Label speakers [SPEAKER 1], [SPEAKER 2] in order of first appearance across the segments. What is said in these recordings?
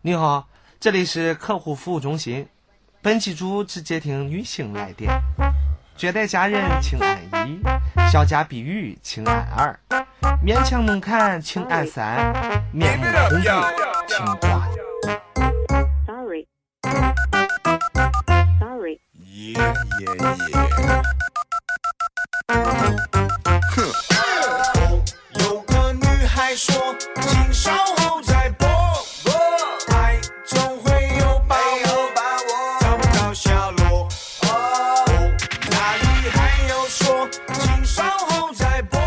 [SPEAKER 1] 你好，这里是客户服务中心，本机组只接听女性来电。绝代佳人请按一，小家碧玉请按二，勉强能看请按三，面目恐怖请挂。
[SPEAKER 2] Sorry. Sorry.
[SPEAKER 3] Yeah, yeah, yeah. Huh. 有个女孩说，请稍后再拨。爱总会有把握，找不到下落。那女孩又说，请稍后再拨。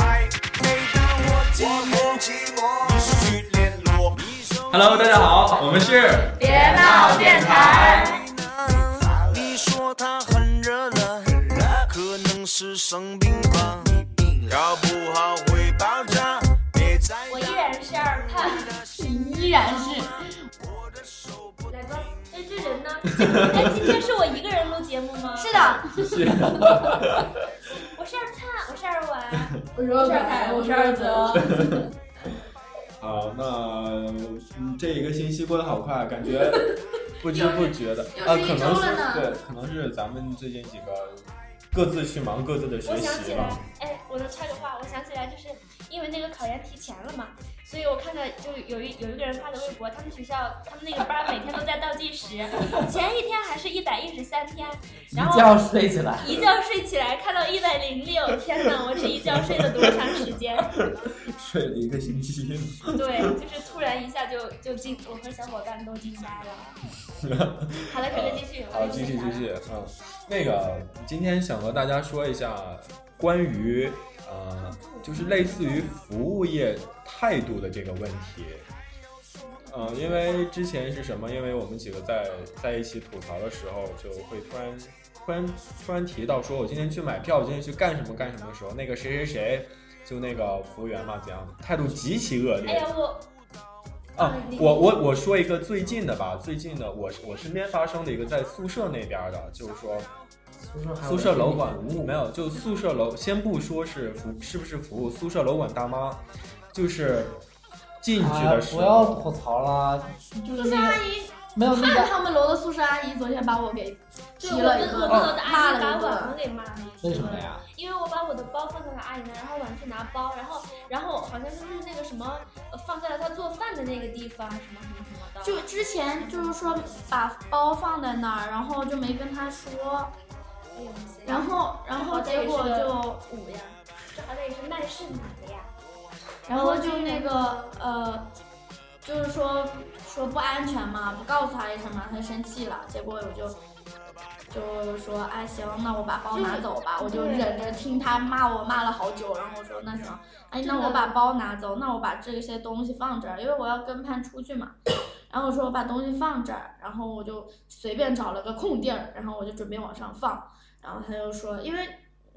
[SPEAKER 3] 爱每当我寂寞，你失去联络。
[SPEAKER 4] Hello，大家好，我们是
[SPEAKER 5] 别闹电台，
[SPEAKER 3] 你说他很热了，可能是生病吧，搞不好会爆炸。别再
[SPEAKER 5] 我依然是二胖，你依然是。来吧，
[SPEAKER 6] 哎，这人呢？ 哎，今天是我一个人录节目吗？
[SPEAKER 5] 是，的，
[SPEAKER 6] 我是二灿，我是二丸。
[SPEAKER 5] 我是二凯，我是二泽。
[SPEAKER 4] 好，那嗯这一个星期过得好快，感觉不知不觉的，
[SPEAKER 5] 又是
[SPEAKER 4] 呃，
[SPEAKER 5] 一
[SPEAKER 4] 可
[SPEAKER 5] 周
[SPEAKER 4] 能是
[SPEAKER 5] 了呢
[SPEAKER 4] 对，可能是咱们最近几个各自去忙各自的学
[SPEAKER 6] 我想
[SPEAKER 4] 习
[SPEAKER 6] 起
[SPEAKER 4] 了
[SPEAKER 6] 来。，哎，我能插个话，我想起来，就是因为那个考研提前了嘛，所以我看到就有一有一个人发的微博，他们学校他们那个班儿每天都在倒计时，前一天还是一百一十三天，然后
[SPEAKER 7] 觉睡起来。
[SPEAKER 6] 一觉睡起来看到一百零六，天哪！我这一觉睡了多长时 间？
[SPEAKER 4] 睡了一个星期，
[SPEAKER 6] 对，就是突然一下就就惊，我和小伙伴都惊呆了。 好了，可以继续。
[SPEAKER 4] 好，继续继。续，嗯，那个今天想和大家说一下关于呃，就是类似于服务业态度的这个问题。呃，因为之前是什么？因为我们几个在在一起吐槽的时候，就会突然突然突然提到说，我今天去买票，我今天去干什么干什么的时候，那个谁谁谁，就那个服务员嘛，怎样态度极其恶劣。
[SPEAKER 6] 哎呀，我
[SPEAKER 4] 啊
[SPEAKER 6] 嗯，你
[SPEAKER 4] 我我我说一个最近的吧，最近的我我身边发生的一个在宿舍那边的，就是说宿舍楼管没有，就宿舍楼先不说是服是不是服务，宿舍楼管大妈就是进去的
[SPEAKER 7] 哎啊
[SPEAKER 4] 时
[SPEAKER 7] 不要
[SPEAKER 4] 候，
[SPEAKER 7] 吐槽了，就是
[SPEAKER 5] 宿舍
[SPEAKER 7] 那
[SPEAKER 5] 阿
[SPEAKER 7] 个
[SPEAKER 5] 姨，
[SPEAKER 7] 没有那
[SPEAKER 5] 看
[SPEAKER 7] 个
[SPEAKER 5] 他们楼的宿舍阿姨昨天把我给
[SPEAKER 6] 对
[SPEAKER 5] 踢
[SPEAKER 6] 我们
[SPEAKER 5] 了一
[SPEAKER 6] 我们楼
[SPEAKER 5] 顿，
[SPEAKER 6] 的
[SPEAKER 5] 骂
[SPEAKER 6] 阿
[SPEAKER 5] 了
[SPEAKER 6] 姨把
[SPEAKER 5] 一
[SPEAKER 6] 我们
[SPEAKER 5] 顿。
[SPEAKER 6] 给骂了。
[SPEAKER 7] 为什么？呀？
[SPEAKER 6] 因为我把我的包放在了阿姨那儿，然后晚去拿包，然后然后好像就是那个什么、呃放在了她做饭的那个地方，什么什么什么的。哎
[SPEAKER 5] 就之前就是说把包放在那儿，然后就没跟他说，
[SPEAKER 6] 哎呦
[SPEAKER 5] 然后然后结果就，
[SPEAKER 6] 五呀，这好歹也是卖剩女的呀。
[SPEAKER 5] 然后就那个呃，就是说说不安全嘛，不告诉他一声嘛，他就生气了，结果我就。就说哎行，那我把包拿走吧，我就
[SPEAKER 6] 对
[SPEAKER 5] 忍着听他骂我骂了好久，然后我说那什么，哎那我把包拿走，那我把这些东西放这儿，因为我要跟潘出去嘛，然后我说我把东西放这儿，然后我就随便找了个空地儿，然后我就准备往上放，然后他就说，因为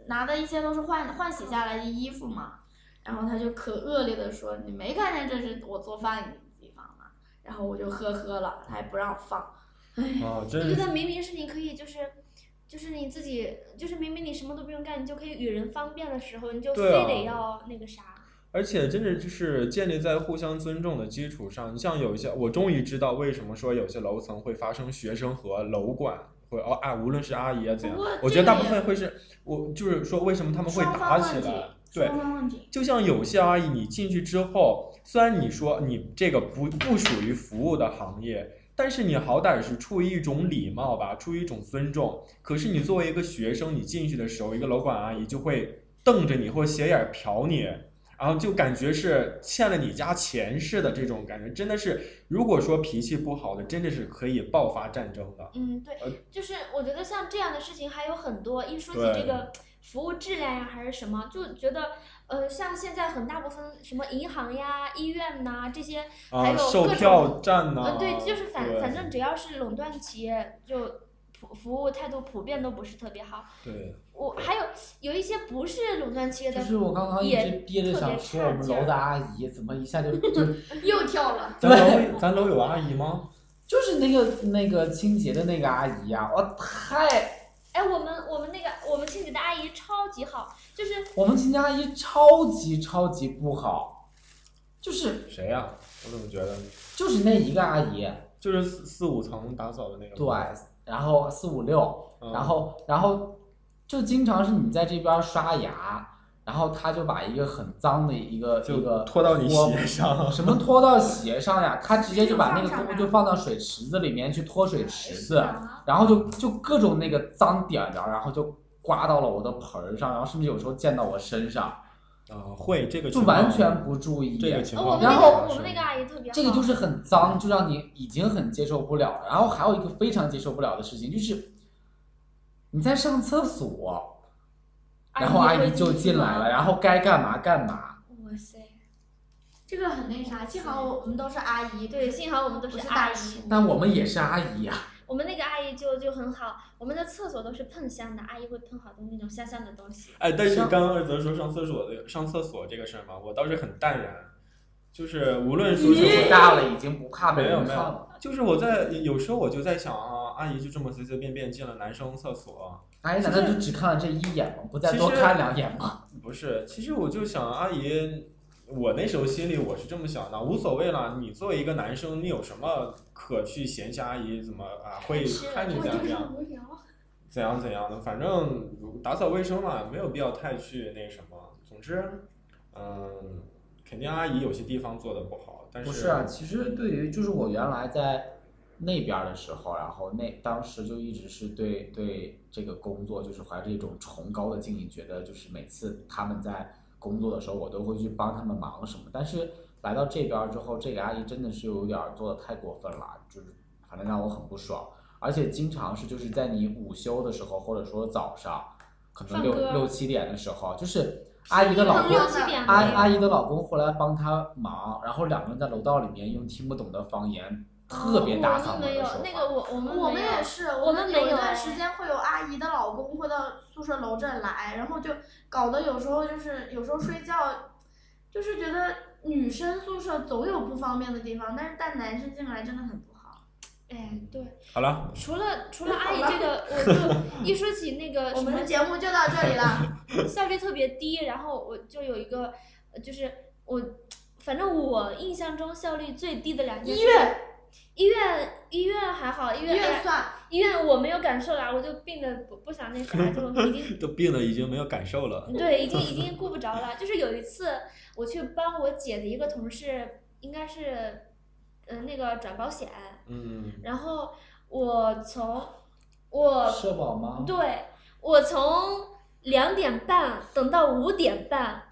[SPEAKER 5] 拿的一些都是换换洗下来的衣服嘛，然后他就可恶劣的说，你没看见这是我做饭的地方吗？然后我就呵呵了，他还不让放，
[SPEAKER 4] 啊，真
[SPEAKER 6] 觉
[SPEAKER 4] 是
[SPEAKER 6] 得明明是你可以就是。就是你自己，就是明明你什么都不用干，你就可以与人方便的时候，你就非
[SPEAKER 4] 对啊
[SPEAKER 6] 得要那个啥。
[SPEAKER 4] 而且真的就是建立在互相尊重的基础上。你像有一些，我终于知道为什么说有些楼层会发生学生和楼管会哦啊，无论是阿姨啊怎样
[SPEAKER 5] 不过，
[SPEAKER 4] 我觉得
[SPEAKER 5] 这
[SPEAKER 4] 大
[SPEAKER 5] 个
[SPEAKER 4] 部
[SPEAKER 5] 也
[SPEAKER 4] 分会是我就是说为什么他们会
[SPEAKER 5] 双
[SPEAKER 4] 打
[SPEAKER 5] 方
[SPEAKER 4] 起
[SPEAKER 5] 问题
[SPEAKER 4] 来，，对
[SPEAKER 5] 双。方问题，
[SPEAKER 4] 就像有些阿姨，你进去之后，虽然你说你这个不不属于服务的行业，但是你好歹是出于一种礼貌吧，出于一种尊重。可是你作为一个学生，你进去的时候，一个楼管阿姨就会瞪着你，或斜眼瞟你，然后就感觉是欠了你家钱似的，这种感觉真的是，如果说脾气不好的，真的是可以爆发战争的。
[SPEAKER 6] 嗯，对
[SPEAKER 4] 呃，
[SPEAKER 6] 就是我觉得像这样的事情还有很多。一说起
[SPEAKER 4] 对
[SPEAKER 6] 这个服务质量呀，还是什么，就觉得呃，像现在很大部分什么银行呀、医院呐这些，还
[SPEAKER 4] 啊，
[SPEAKER 6] 有
[SPEAKER 4] 售
[SPEAKER 6] 各
[SPEAKER 4] 票
[SPEAKER 6] 种，
[SPEAKER 4] 站呐、
[SPEAKER 6] 呃，对，就是反
[SPEAKER 4] 啊对
[SPEAKER 6] 反正只要是垄断企业，就普服务态度普遍都不是特别好。
[SPEAKER 4] 对，
[SPEAKER 6] 我还有有一些不是垄断企业
[SPEAKER 7] 就
[SPEAKER 6] 的，
[SPEAKER 7] 是我刚刚一直憋着想说我们楼的阿姨，怎么一下就 就
[SPEAKER 5] 又跳了。
[SPEAKER 4] 咱楼咱楼有阿姨吗？
[SPEAKER 7] 就是那个那个清洁的那个阿姨呀、我太
[SPEAKER 6] 哎，我们我们那个我们清洁的阿姨超级好，就是
[SPEAKER 7] 我们清洁阿姨超级超级不好，就是
[SPEAKER 4] 谁呀、我怎么觉得？
[SPEAKER 7] 就是那一个阿姨，
[SPEAKER 4] 就是四四五层打扫的那个。
[SPEAKER 7] 对，然后四五六，
[SPEAKER 4] 嗯
[SPEAKER 7] 然后然后就经常是你在这边刷牙，然后他就把一个很脏的一个一个
[SPEAKER 4] 就拖到你
[SPEAKER 7] 拖
[SPEAKER 4] 鞋上。
[SPEAKER 7] 什么拖到鞋上呀？他直接就把那个
[SPEAKER 6] 上
[SPEAKER 7] 锅
[SPEAKER 6] 面
[SPEAKER 7] 就放到水池子里面去拖水池子，
[SPEAKER 6] 啊
[SPEAKER 7] 然后就就各种那个脏点儿，然后就刮到了我的盆儿上，然后甚至有时候溅到我身上，
[SPEAKER 4] 啊，会这个
[SPEAKER 7] 就
[SPEAKER 4] 情况
[SPEAKER 7] 完全不注意。
[SPEAKER 4] 这个情
[SPEAKER 6] 哦我
[SPEAKER 4] 况。
[SPEAKER 6] 们那
[SPEAKER 7] 然
[SPEAKER 6] 个
[SPEAKER 7] 后
[SPEAKER 6] 我们那个阿姨特别好，
[SPEAKER 7] 这个就是很脏，就让你已经很接受不了了。然后还有一个非常接受不了的事情，就是你在上厕所，然后阿姨就进来了，然后该干嘛干嘛。
[SPEAKER 6] 哇塞，
[SPEAKER 5] 这个很那啥，幸好我们都是阿姨，
[SPEAKER 6] 对，
[SPEAKER 5] 对，
[SPEAKER 6] 幸好我们都
[SPEAKER 5] 不
[SPEAKER 6] 是
[SPEAKER 5] 是
[SPEAKER 6] 阿
[SPEAKER 5] 大
[SPEAKER 6] 姨
[SPEAKER 5] 叔，
[SPEAKER 7] 但我们也是阿姨呀、
[SPEAKER 6] 我们那个阿姨就就很好，我们的厕所都是喷香的，阿姨会喷好多那种香香的东西。
[SPEAKER 4] 哎，但是
[SPEAKER 7] 上
[SPEAKER 4] 刚刚二泽说上厕所的上厕所这个事儿嘛，我倒是很淡然，就是无论说是
[SPEAKER 7] 岁
[SPEAKER 4] 我
[SPEAKER 7] 数大了已经不怕被
[SPEAKER 4] 没有
[SPEAKER 7] 人
[SPEAKER 4] 没
[SPEAKER 7] 看了
[SPEAKER 4] 有。，就是我在有时候我就在想啊，阿姨就这么随随便便进了男生厕所，
[SPEAKER 7] 阿姨难道就只看了这一眼吗？不再
[SPEAKER 4] 其
[SPEAKER 7] 多
[SPEAKER 4] 实
[SPEAKER 7] 看两眼吗？
[SPEAKER 4] 不是？其实我就想，阿姨，我那时候心里我是这么想的，无所谓了。你作为一个男生，你有什么可去嫌弃阿姨怎么啊会
[SPEAKER 6] 是
[SPEAKER 4] 看你
[SPEAKER 6] 我
[SPEAKER 4] 怎样
[SPEAKER 6] 就
[SPEAKER 4] 怎
[SPEAKER 6] 是
[SPEAKER 4] 样？
[SPEAKER 6] 无聊。
[SPEAKER 4] 怎样怎样的，反正打扫卫生嘛，没有必要太去那什么。总之，嗯，肯定阿姨有些地方做的不好，但
[SPEAKER 7] 不
[SPEAKER 4] 是
[SPEAKER 7] 是啊，其实对于就是我原来在那边儿的时候，然后那当时就一直是对对这个工作就是怀着一种崇高的敬意，觉得就是每次他们在工作的时候，我都会去帮他们忙什么。但是来到这边儿之后，这个阿姨真的是有点儿做的太过分了，就是反正让我很不爽，而且经常是就是在你午休的时候，或者说早上，可能
[SPEAKER 5] 放
[SPEAKER 7] 六
[SPEAKER 5] 歌
[SPEAKER 7] 六七点的时候，就是阿姨的老公
[SPEAKER 6] 六七点
[SPEAKER 7] 阿
[SPEAKER 6] 了
[SPEAKER 7] 阿姨的老公后来帮她忙，然后两个人在楼道里面用听不懂的方言，特别大嗓
[SPEAKER 6] 哦我
[SPEAKER 7] 门
[SPEAKER 6] 们没
[SPEAKER 7] 的
[SPEAKER 6] 有
[SPEAKER 7] 说
[SPEAKER 6] 那个
[SPEAKER 7] 话。
[SPEAKER 6] 我我们
[SPEAKER 5] 我们
[SPEAKER 6] 没有
[SPEAKER 5] 也是，
[SPEAKER 6] 我
[SPEAKER 5] 我
[SPEAKER 6] 们
[SPEAKER 5] 们
[SPEAKER 6] 没有
[SPEAKER 5] 有一
[SPEAKER 6] 哎
[SPEAKER 5] 段时间会有阿姨的老公会到宿舍楼这儿来，然后就搞得有时候就是有时候睡觉，就是觉得女生宿舍总有不方便的地方，但是带男生进来真的很不好。
[SPEAKER 6] 哎对，
[SPEAKER 4] 好了，
[SPEAKER 6] 除了除了阿姨这个，我就一说起那个
[SPEAKER 5] 我
[SPEAKER 6] 什
[SPEAKER 5] 们
[SPEAKER 6] 么
[SPEAKER 5] 的节目就到这里 了，
[SPEAKER 6] 效率特别低，然后我就有一个，呃就是我，反正我印象中效率最低的两件
[SPEAKER 5] 医
[SPEAKER 6] 事。
[SPEAKER 5] 院
[SPEAKER 6] 医院医院还好，医
[SPEAKER 5] 医
[SPEAKER 6] 院
[SPEAKER 5] 院算
[SPEAKER 6] 医院我没有感受啦，我就病的不不想那啥，就已 经
[SPEAKER 4] 都病了已经没有感受了。
[SPEAKER 6] 对，已经已经顾不着了。就是有一次，我去帮我姐的一个同事，应该是，嗯、那个转保险，
[SPEAKER 4] 嗯，
[SPEAKER 6] 然后我从我
[SPEAKER 7] 社保吗？
[SPEAKER 6] 对我从两点半等到五点半，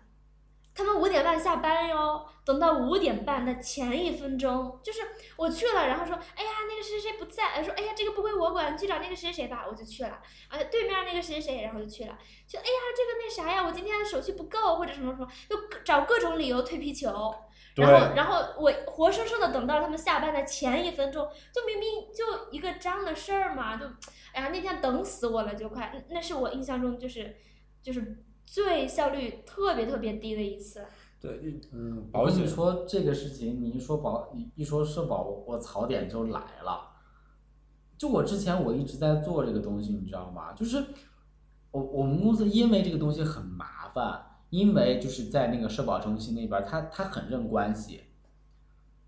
[SPEAKER 6] 他们五点半下班哟，等到五点半的前一分钟，就是我去了，然后说，哎呀，那个谁谁谁不在，哎说，哎呀，这个不归我管，去找那个谁谁吧，我就去了，哎，对面那个谁谁，然后就去了，就哎呀，这个那啥呀，我今天手续不够或者什么什么，就各找各种理由推皮球。
[SPEAKER 4] 对
[SPEAKER 6] 然后，然后我活生生的等到他们下班的前一分钟，就明明就一个脏的事儿嘛，就，哎呀，那天等死我了，就快，那是我印象中就是，就是最效率特别特别低的一次。
[SPEAKER 4] 对，嗯，
[SPEAKER 7] 我
[SPEAKER 4] 保
[SPEAKER 7] 跟
[SPEAKER 4] 险
[SPEAKER 7] 你说这个事情，你一说保，你一说社保，我我槽点就来了。就我之前我一直在做这个东西，你知道吗？就是我我们公司因为这个东西很麻烦，因为就是在那个社保中心那边儿，他他很认关系，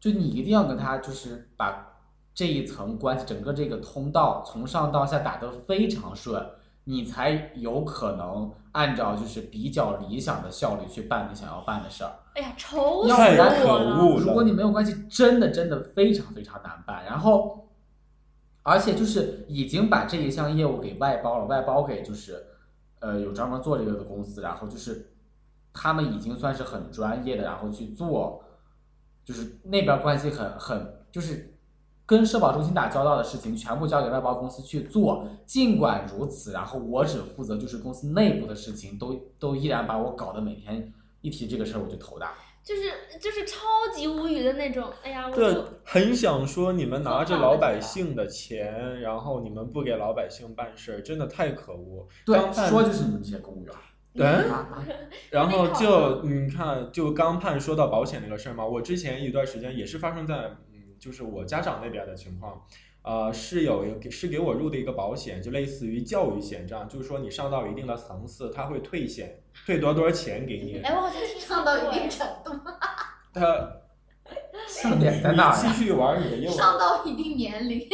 [SPEAKER 7] 就你一定要跟他就是把这一层关系，整个这个通道从上到下打得非常顺，你才有可能按照就是比较理想的效率去办你想要办的事儿。
[SPEAKER 6] 哎呀，愁死
[SPEAKER 4] 太
[SPEAKER 7] 要
[SPEAKER 6] 我
[SPEAKER 7] 不
[SPEAKER 4] 可
[SPEAKER 6] 了！
[SPEAKER 4] 恶
[SPEAKER 7] 如果
[SPEAKER 4] 了。
[SPEAKER 7] 你没有关系，真的真的非常非常难办。然后，而且就是已经把这一项业务给外包了，外包给就是呃有专门做这个的公司，然后就是他们已经算是很专业的，然后去做，就是那边关系很很就是。跟社保中心打交道的事情全部交给外包公司去做。尽管如此，然后我只负责就是公司内部的事情，都都依然把我搞得每天一提这个事儿我就头大。
[SPEAKER 6] 就是就是超级无语的那种。哎呀，我
[SPEAKER 4] 对
[SPEAKER 6] 就，
[SPEAKER 4] 很想说你们拿着老百姓的钱，然后你们不给老百姓办事儿，真的太可恶。
[SPEAKER 7] 对嗯
[SPEAKER 4] 刚，办
[SPEAKER 7] 说就是你们这些公务员。
[SPEAKER 4] 嗯，
[SPEAKER 7] 啊，
[SPEAKER 4] 然后
[SPEAKER 6] 那
[SPEAKER 4] 就你看，就刚盼说到保险那个事儿嘛，我之前一段时间也是发生在嗯，就是我家长那边的情况，呃，是有一个是给我入的一个保险，就类似于教育险这样，就是说你上到一定的层次，他会退险，退多少多少钱给你，
[SPEAKER 6] 哎，我好像听说
[SPEAKER 5] 上到一
[SPEAKER 6] 过
[SPEAKER 5] 定
[SPEAKER 6] 哎
[SPEAKER 5] 程度，
[SPEAKER 4] 他
[SPEAKER 7] 上点在啊哪
[SPEAKER 4] 你继
[SPEAKER 7] 呀？
[SPEAKER 4] 续玩你的业务。
[SPEAKER 5] 上到一定 年龄，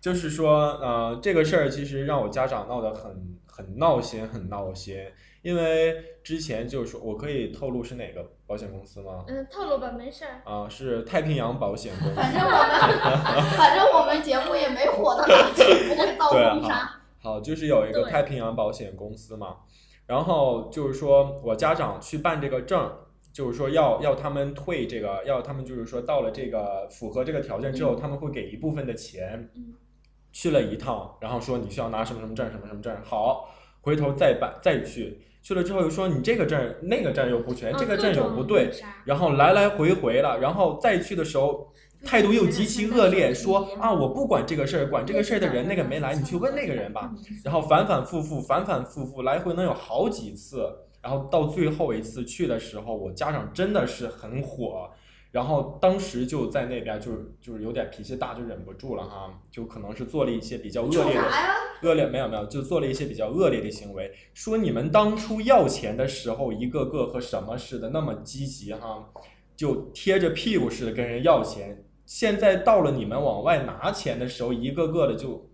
[SPEAKER 4] 就是说，呃，这个事儿其实让我家长闹得很很闹心，很闹心。因为之前就是说我可以透露是哪个保险公司吗？
[SPEAKER 6] 嗯，透露吧，没事儿。
[SPEAKER 4] 啊、是太平洋保险公司。
[SPEAKER 5] 反正我们，反正我们节目也没火到哪去，不会遭
[SPEAKER 4] 对啊
[SPEAKER 5] 封杀。
[SPEAKER 4] 好，就是有一个
[SPEAKER 6] 对
[SPEAKER 4] 太平洋保险公司嘛，然后就是说我家长去办这个证，就是说要要他们退这个，要他们就是说到了这个符合这个条件之后，他们会给一部分的钱。
[SPEAKER 6] 嗯
[SPEAKER 4] 去了一趟，然后说你需要拿什么什么证，什么什么证，好，回头再办再去，去了之后又说你这个证那个证又不全，
[SPEAKER 6] 嗯
[SPEAKER 4] 这个
[SPEAKER 6] 各
[SPEAKER 4] 证又
[SPEAKER 6] 种
[SPEAKER 4] 不对
[SPEAKER 6] 那，啥
[SPEAKER 4] 然后来来回回了，然后再去的时候态度又极其恶劣，说啊我不管这个事儿，管这个事儿的人那个没来，你去问那个
[SPEAKER 6] 嗯
[SPEAKER 4] 人吧。然后反反复复，反反复复，来回能有好几次。然后到最后一次去的时候，我家长真的是很火，然后当时就在那边就是就是有点脾气大，就忍不住了哈，就可能是做了一些比较恶
[SPEAKER 5] 冲
[SPEAKER 4] 劣的
[SPEAKER 5] 啥呀？
[SPEAKER 4] 恶劣没有没有，就做了一些比较恶劣的行为，说你们当初要钱的时候，一个个和什么似的那么积极哈，就贴着屁股似的跟人要钱，现在到了你们往外拿钱的时候，一个个的就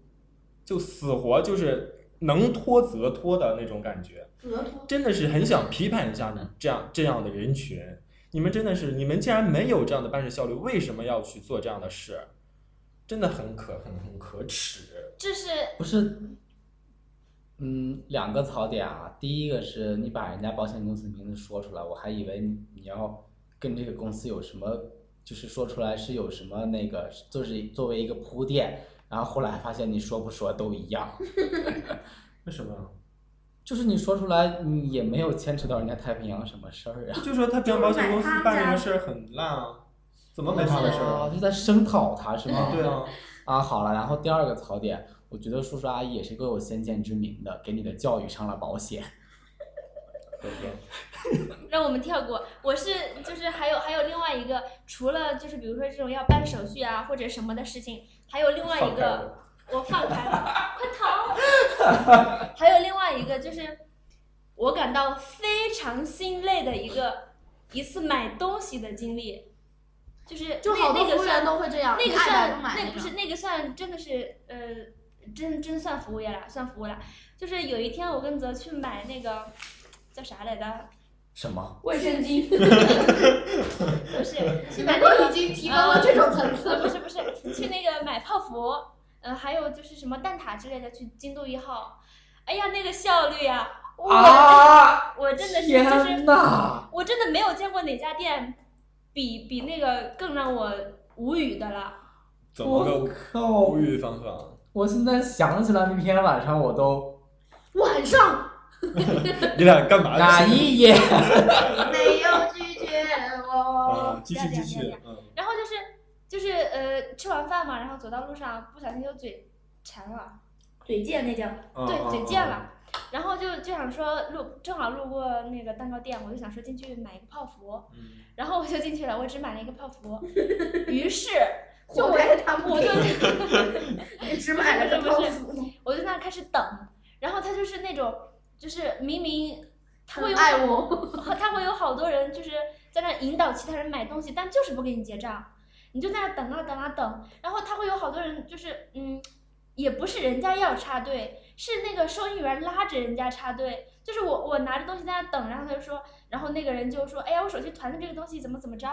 [SPEAKER 4] 就死活就是能拖则拖的那种感觉，
[SPEAKER 5] 折腾。
[SPEAKER 4] 真的是很想批判一下这样这样的人群，你们真的是你们既然没有这样的办事效率，为什么要去做这样的事？真的很可很很可耻。
[SPEAKER 6] 这是
[SPEAKER 7] 不是， 嗯，两个槽点啊。第一个是你把人家保险公司名字说出来，我还以为你你要跟这个公司有什么，就是说出来是有什么那个，就是作为一个铺垫。然后后来发现你说不说都一样，
[SPEAKER 4] 为什么？啊
[SPEAKER 7] 就是你说出来你也没有牵扯到人家太平洋什么事儿啊。
[SPEAKER 4] 就说太平洋保险公司办这个事儿很烂啊，怎么没他的事儿
[SPEAKER 7] 啊，
[SPEAKER 4] 啊？
[SPEAKER 7] 就在声讨他是吗？
[SPEAKER 4] 对啊，
[SPEAKER 7] 啊，好了，然后第二个槽点，我觉得叔叔阿姨也是各有先见之明的，给你的教育上了保险。
[SPEAKER 4] 对不对？
[SPEAKER 6] 让我们跳过。我是就是还有还有另外一个，除了就是比如说这种要办手续啊或者什么的事情，还有另外一
[SPEAKER 4] 放开
[SPEAKER 6] 个
[SPEAKER 4] 我
[SPEAKER 6] 我放开 了，快逃！还有另外一个就是我感到非常心累的一个一次买东西的经历，就是
[SPEAKER 5] 就
[SPEAKER 6] 那
[SPEAKER 5] 好多
[SPEAKER 6] 那个
[SPEAKER 5] 服务员
[SPEAKER 6] 算
[SPEAKER 5] 都会这样，
[SPEAKER 6] 那
[SPEAKER 5] 你
[SPEAKER 6] 个
[SPEAKER 5] 爱买
[SPEAKER 6] 算
[SPEAKER 5] 就买
[SPEAKER 6] 那
[SPEAKER 5] 种
[SPEAKER 6] 不是那个算真的是呃，真真算服务业了，算服务了。就是有一天我跟泽去买那个叫啥来着？
[SPEAKER 7] 什么？
[SPEAKER 5] 卫生巾，
[SPEAKER 6] 不是去
[SPEAKER 5] 你
[SPEAKER 6] 买
[SPEAKER 5] 们
[SPEAKER 6] 那
[SPEAKER 5] 都已
[SPEAKER 6] 个
[SPEAKER 5] 经提高到这种层次
[SPEAKER 6] 呃不
[SPEAKER 5] 了。
[SPEAKER 6] 是不是去那个买泡芙，呃还有就是什么蛋挞之类的，去京都一号。哎呀，那个效率啊！我、
[SPEAKER 7] 啊！
[SPEAKER 6] 我真的是就是
[SPEAKER 7] 天哪！
[SPEAKER 6] 我真的没有见过哪家店比比那个更让我无语的了。
[SPEAKER 4] 怎么
[SPEAKER 7] 我
[SPEAKER 4] 个
[SPEAKER 7] 靠
[SPEAKER 4] 无！语方法？
[SPEAKER 7] 我现在想起来，那天晚上我都
[SPEAKER 5] 晚上
[SPEAKER 4] 你俩干嘛
[SPEAKER 7] 哪
[SPEAKER 4] 去？
[SPEAKER 7] 一夜？
[SPEAKER 5] 没有拒绝我，
[SPEAKER 6] 哦
[SPEAKER 4] 啊，继续继续，嗯，
[SPEAKER 6] 然后就是就是呃，吃完饭嘛，然后走到路上不小心就嘴馋
[SPEAKER 7] 啊
[SPEAKER 6] 了，
[SPEAKER 5] 嘴贱那叫。
[SPEAKER 4] 嗯
[SPEAKER 6] 对，
[SPEAKER 4] 嗯
[SPEAKER 6] 嘴
[SPEAKER 4] 嗯
[SPEAKER 6] 贱了。然后就就想说路正好路过那个蛋糕店，我就想说进去买一个泡芙，
[SPEAKER 4] 嗯
[SPEAKER 6] 然后我就进去了，我只买了一个泡 芙，于是就
[SPEAKER 5] 活
[SPEAKER 6] 我
[SPEAKER 5] 该他不
[SPEAKER 6] 我
[SPEAKER 5] 给
[SPEAKER 6] 就
[SPEAKER 5] 你只买了个泡芙，
[SPEAKER 6] 我就在那开始等，然后他就是那种就是明明他会
[SPEAKER 5] 很
[SPEAKER 6] 有
[SPEAKER 5] 爱我。
[SPEAKER 6] 和他会有好多人就是在那引导其他人买东西，但就是不给你结账，你就在那等啊等啊等，然后他会有好多人就是嗯，也不是人家要插队，是那个收银员拉着人家插队，就是我我拿着东西在那等，然后他就说，然后那个人就说，哎呀，我手机团的这个东西怎么怎么着。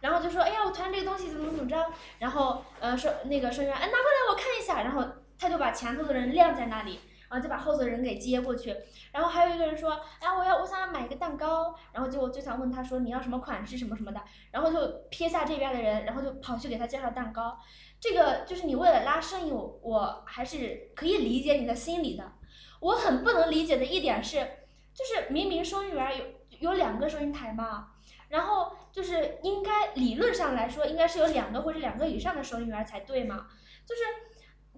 [SPEAKER 6] 然后就说，哎呀，我团这个东西怎么怎么着，然后，呃，收那个收银员，哎，拿过来我看一下，然后他就把前头的人晾在那里，然后就把后头的人给接过去，然后还有一个人说，哎，我要我想买一个蛋糕，然后就我就想问他说你要什么款式什么什么的，然后就撇下这边的人，然后就跑去给他介绍蛋糕。这个就是你为了拉生意，我我还是可以理解你的心理的。我很不能理解的一点是，就是明明收银员有有两个收银台嘛，然后就是应该理论上来说应该是有两个或者两个以上的收银员才对嘛，就是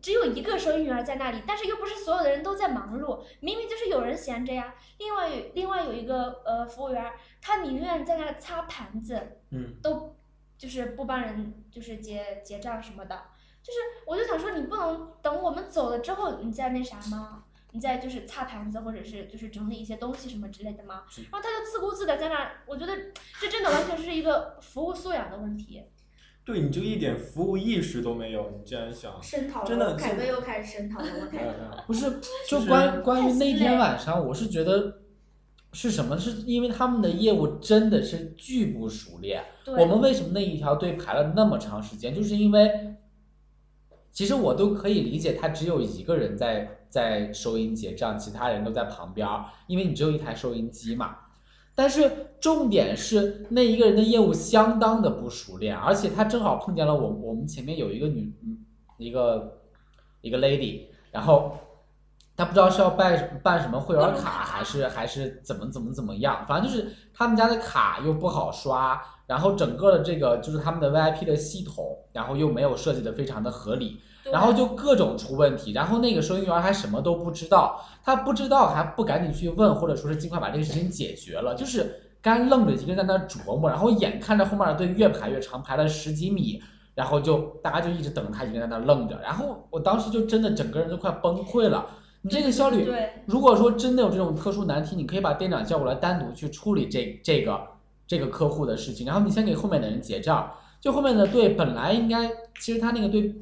[SPEAKER 6] 只有一个收银员在那里，但是又不是所有的人都在忙碌，明明就是有人闲着呀。另外有另外有一个呃服务员，他宁愿在那儿擦盘子，
[SPEAKER 4] 嗯，
[SPEAKER 6] 都就是不帮人就是结结账什么的，就是我就想说你不能等我们走了之后你再那啥吗？你在就是擦盘子或者是就是整理一些东西什么之类的吗
[SPEAKER 7] 是？
[SPEAKER 6] 然后他就自顾自的在那儿，我觉得这真的完全是一个服务素养的问题。
[SPEAKER 4] 对，你就一点服务意识都没有，你竟然想，
[SPEAKER 5] 声讨
[SPEAKER 4] 真的嗯
[SPEAKER 5] 了，凯哥又开始声讨了，我凯哥。
[SPEAKER 7] 不是，
[SPEAKER 4] 就
[SPEAKER 7] 就是关关于那
[SPEAKER 6] 太心累
[SPEAKER 7] 天晚上，我是觉得是什么？是因为他们的业务真的是巨不熟练。
[SPEAKER 6] 对，
[SPEAKER 7] 我们为什么那一条队排了那么长时间？就是因为，其实我都可以理解，他只有一个人在在收银结账，其他人都在旁边儿，因为你只有一台收银机嘛。但是重点是那一个人的业务相当的不熟练，而且他正好碰见了我，我们前面有一个女，嗯一个一个 lady，然后他不知道是要办办什么会员卡，还是还是怎么怎么怎么样，反正就是他们家的卡又不好刷，然后整个的这个就是他们的 VIP 的系统，然后又没有设计的非常的合理，
[SPEAKER 6] 对
[SPEAKER 7] 然后就各种出问题，然后那个收银员还什么都不知道，他不知道还不赶紧去问，或者说是尽快把这个事情解决了，就是干愣着一个人在那儿琢磨，然后眼看着后面的队越排越长，排了十几米，然后就大家就一直等着他一个人在那儿愣着，然后我当时就真的整个人都快崩溃了。你这个效率，
[SPEAKER 6] 对
[SPEAKER 7] 如果说真的有这种特殊难题，你可以把店长叫过来单独去处理这这个这个客户的事情，然后你先给后面的人结账。就后面的队本来应该，其实他那个队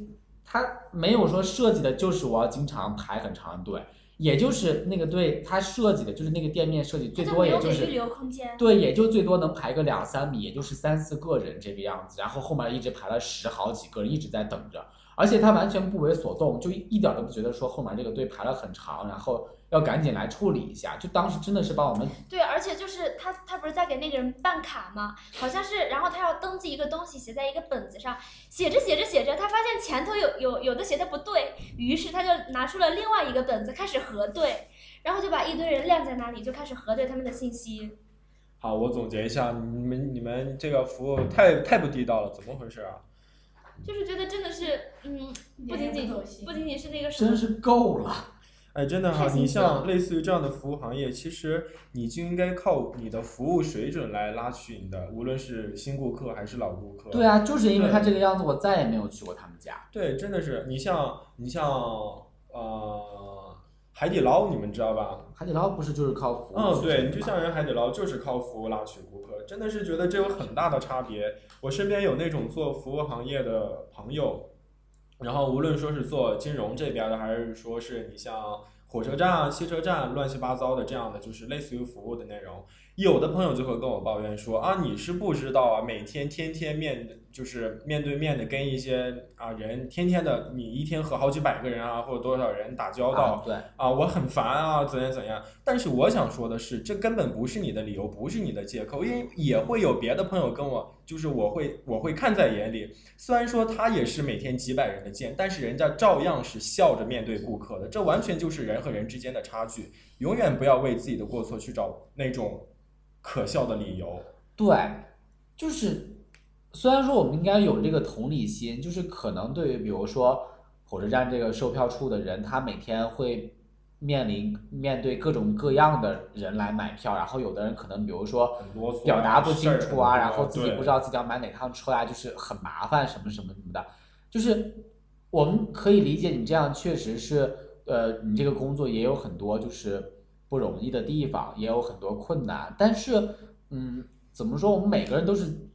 [SPEAKER 7] 他没有说设计的，就是我要经常排很长的队，也就是那个队他设计的就是那个店面设计
[SPEAKER 6] 他
[SPEAKER 7] 最
[SPEAKER 6] 就
[SPEAKER 7] 多
[SPEAKER 6] 没
[SPEAKER 7] 也
[SPEAKER 6] 有
[SPEAKER 7] 就
[SPEAKER 6] 给预
[SPEAKER 7] 是。
[SPEAKER 6] 留空间。
[SPEAKER 7] 对，也就最多能排个两三米，也就是三四个人这个样子，然后后面一直排了十好几个人，一直在等着，而且他完全不为所动，就一点都不觉得说后面这个队排了很长，然后要赶紧来处理一下，就当时真的是把我们
[SPEAKER 6] 对，而且就是他，他不是在给那个人办卡吗？好像是，然后他要登记一个东西，写在一个本子上，写着写着写着，他发现前头有有有的写的不对，于是他就拿出了另外一个本子开始核对，然后就把一堆人晾在那里，就开始核对他们的信息。
[SPEAKER 4] 好，我总结一下，你们你们这个服务太太不地道了，怎么回事啊？
[SPEAKER 6] 就是觉得真的是，嗯，不仅仅
[SPEAKER 5] 言言不走心
[SPEAKER 6] 不仅仅是那个什
[SPEAKER 7] 真
[SPEAKER 6] 么，
[SPEAKER 7] 是够了。
[SPEAKER 4] 哎，真的哈
[SPEAKER 6] 太，
[SPEAKER 4] 你
[SPEAKER 6] 心碎了
[SPEAKER 4] 像类似于这样的服务行业，其实你就应该靠你的服务水准来拉取你的，无论是新顾客还是老顾客。
[SPEAKER 7] 对啊，就是因为
[SPEAKER 4] 对
[SPEAKER 7] 他这个样子，我再也没有去过他们家。
[SPEAKER 4] 对，真的是你像你像呃海底捞，你们知道吧？
[SPEAKER 7] 海底捞不是就是靠服务？
[SPEAKER 4] 嗯，对，你就像人海底捞就是靠服务拉取顾客，真的是觉得这有很大的差别。我身边有那种做服务行业的朋友，然后无论说是做金融这边的，还是说是你像火车站啊、汽车站乱七八糟的这样的，就是类似于服务的内容，有的朋友就会跟我抱怨说啊，你是不知道啊，每天天天面就是面对面的跟一些啊人，天天的你一天和好几百个人啊或者多少人打交道，
[SPEAKER 7] 啊，对，
[SPEAKER 4] 啊，我很烦啊，怎样怎样。但是我想说的是，这根本不是你的理由，不是你的借口，因为也会有别的朋友跟我，就是我会我会看在眼里。虽然说他也是每天几百人的见，但是人家照样是笑着面对顾客的，这完全就是人和人之间的差距。永远不要为自己的过错去找那种可笑的理由。
[SPEAKER 7] 对，就是虽然说我们应该有这个同理心，就是可能对于比如说火车站这个售票处的人，他每天会面临面对各种各样的人来买票，然后有的人可能比如说
[SPEAKER 4] 很啰嗦啊
[SPEAKER 7] 表达不清楚啊，
[SPEAKER 4] 事儿很
[SPEAKER 7] 然
[SPEAKER 4] 多
[SPEAKER 7] 后自己
[SPEAKER 4] 对
[SPEAKER 7] 不知道自己要买哪趟车啊，就是很麻烦什么什么什么的，就是我们可以理解你这样确实是，呃，你这个工作也有很多就是不容易的地方，也有很多困难，但是，嗯，怎么说，我们每个人都是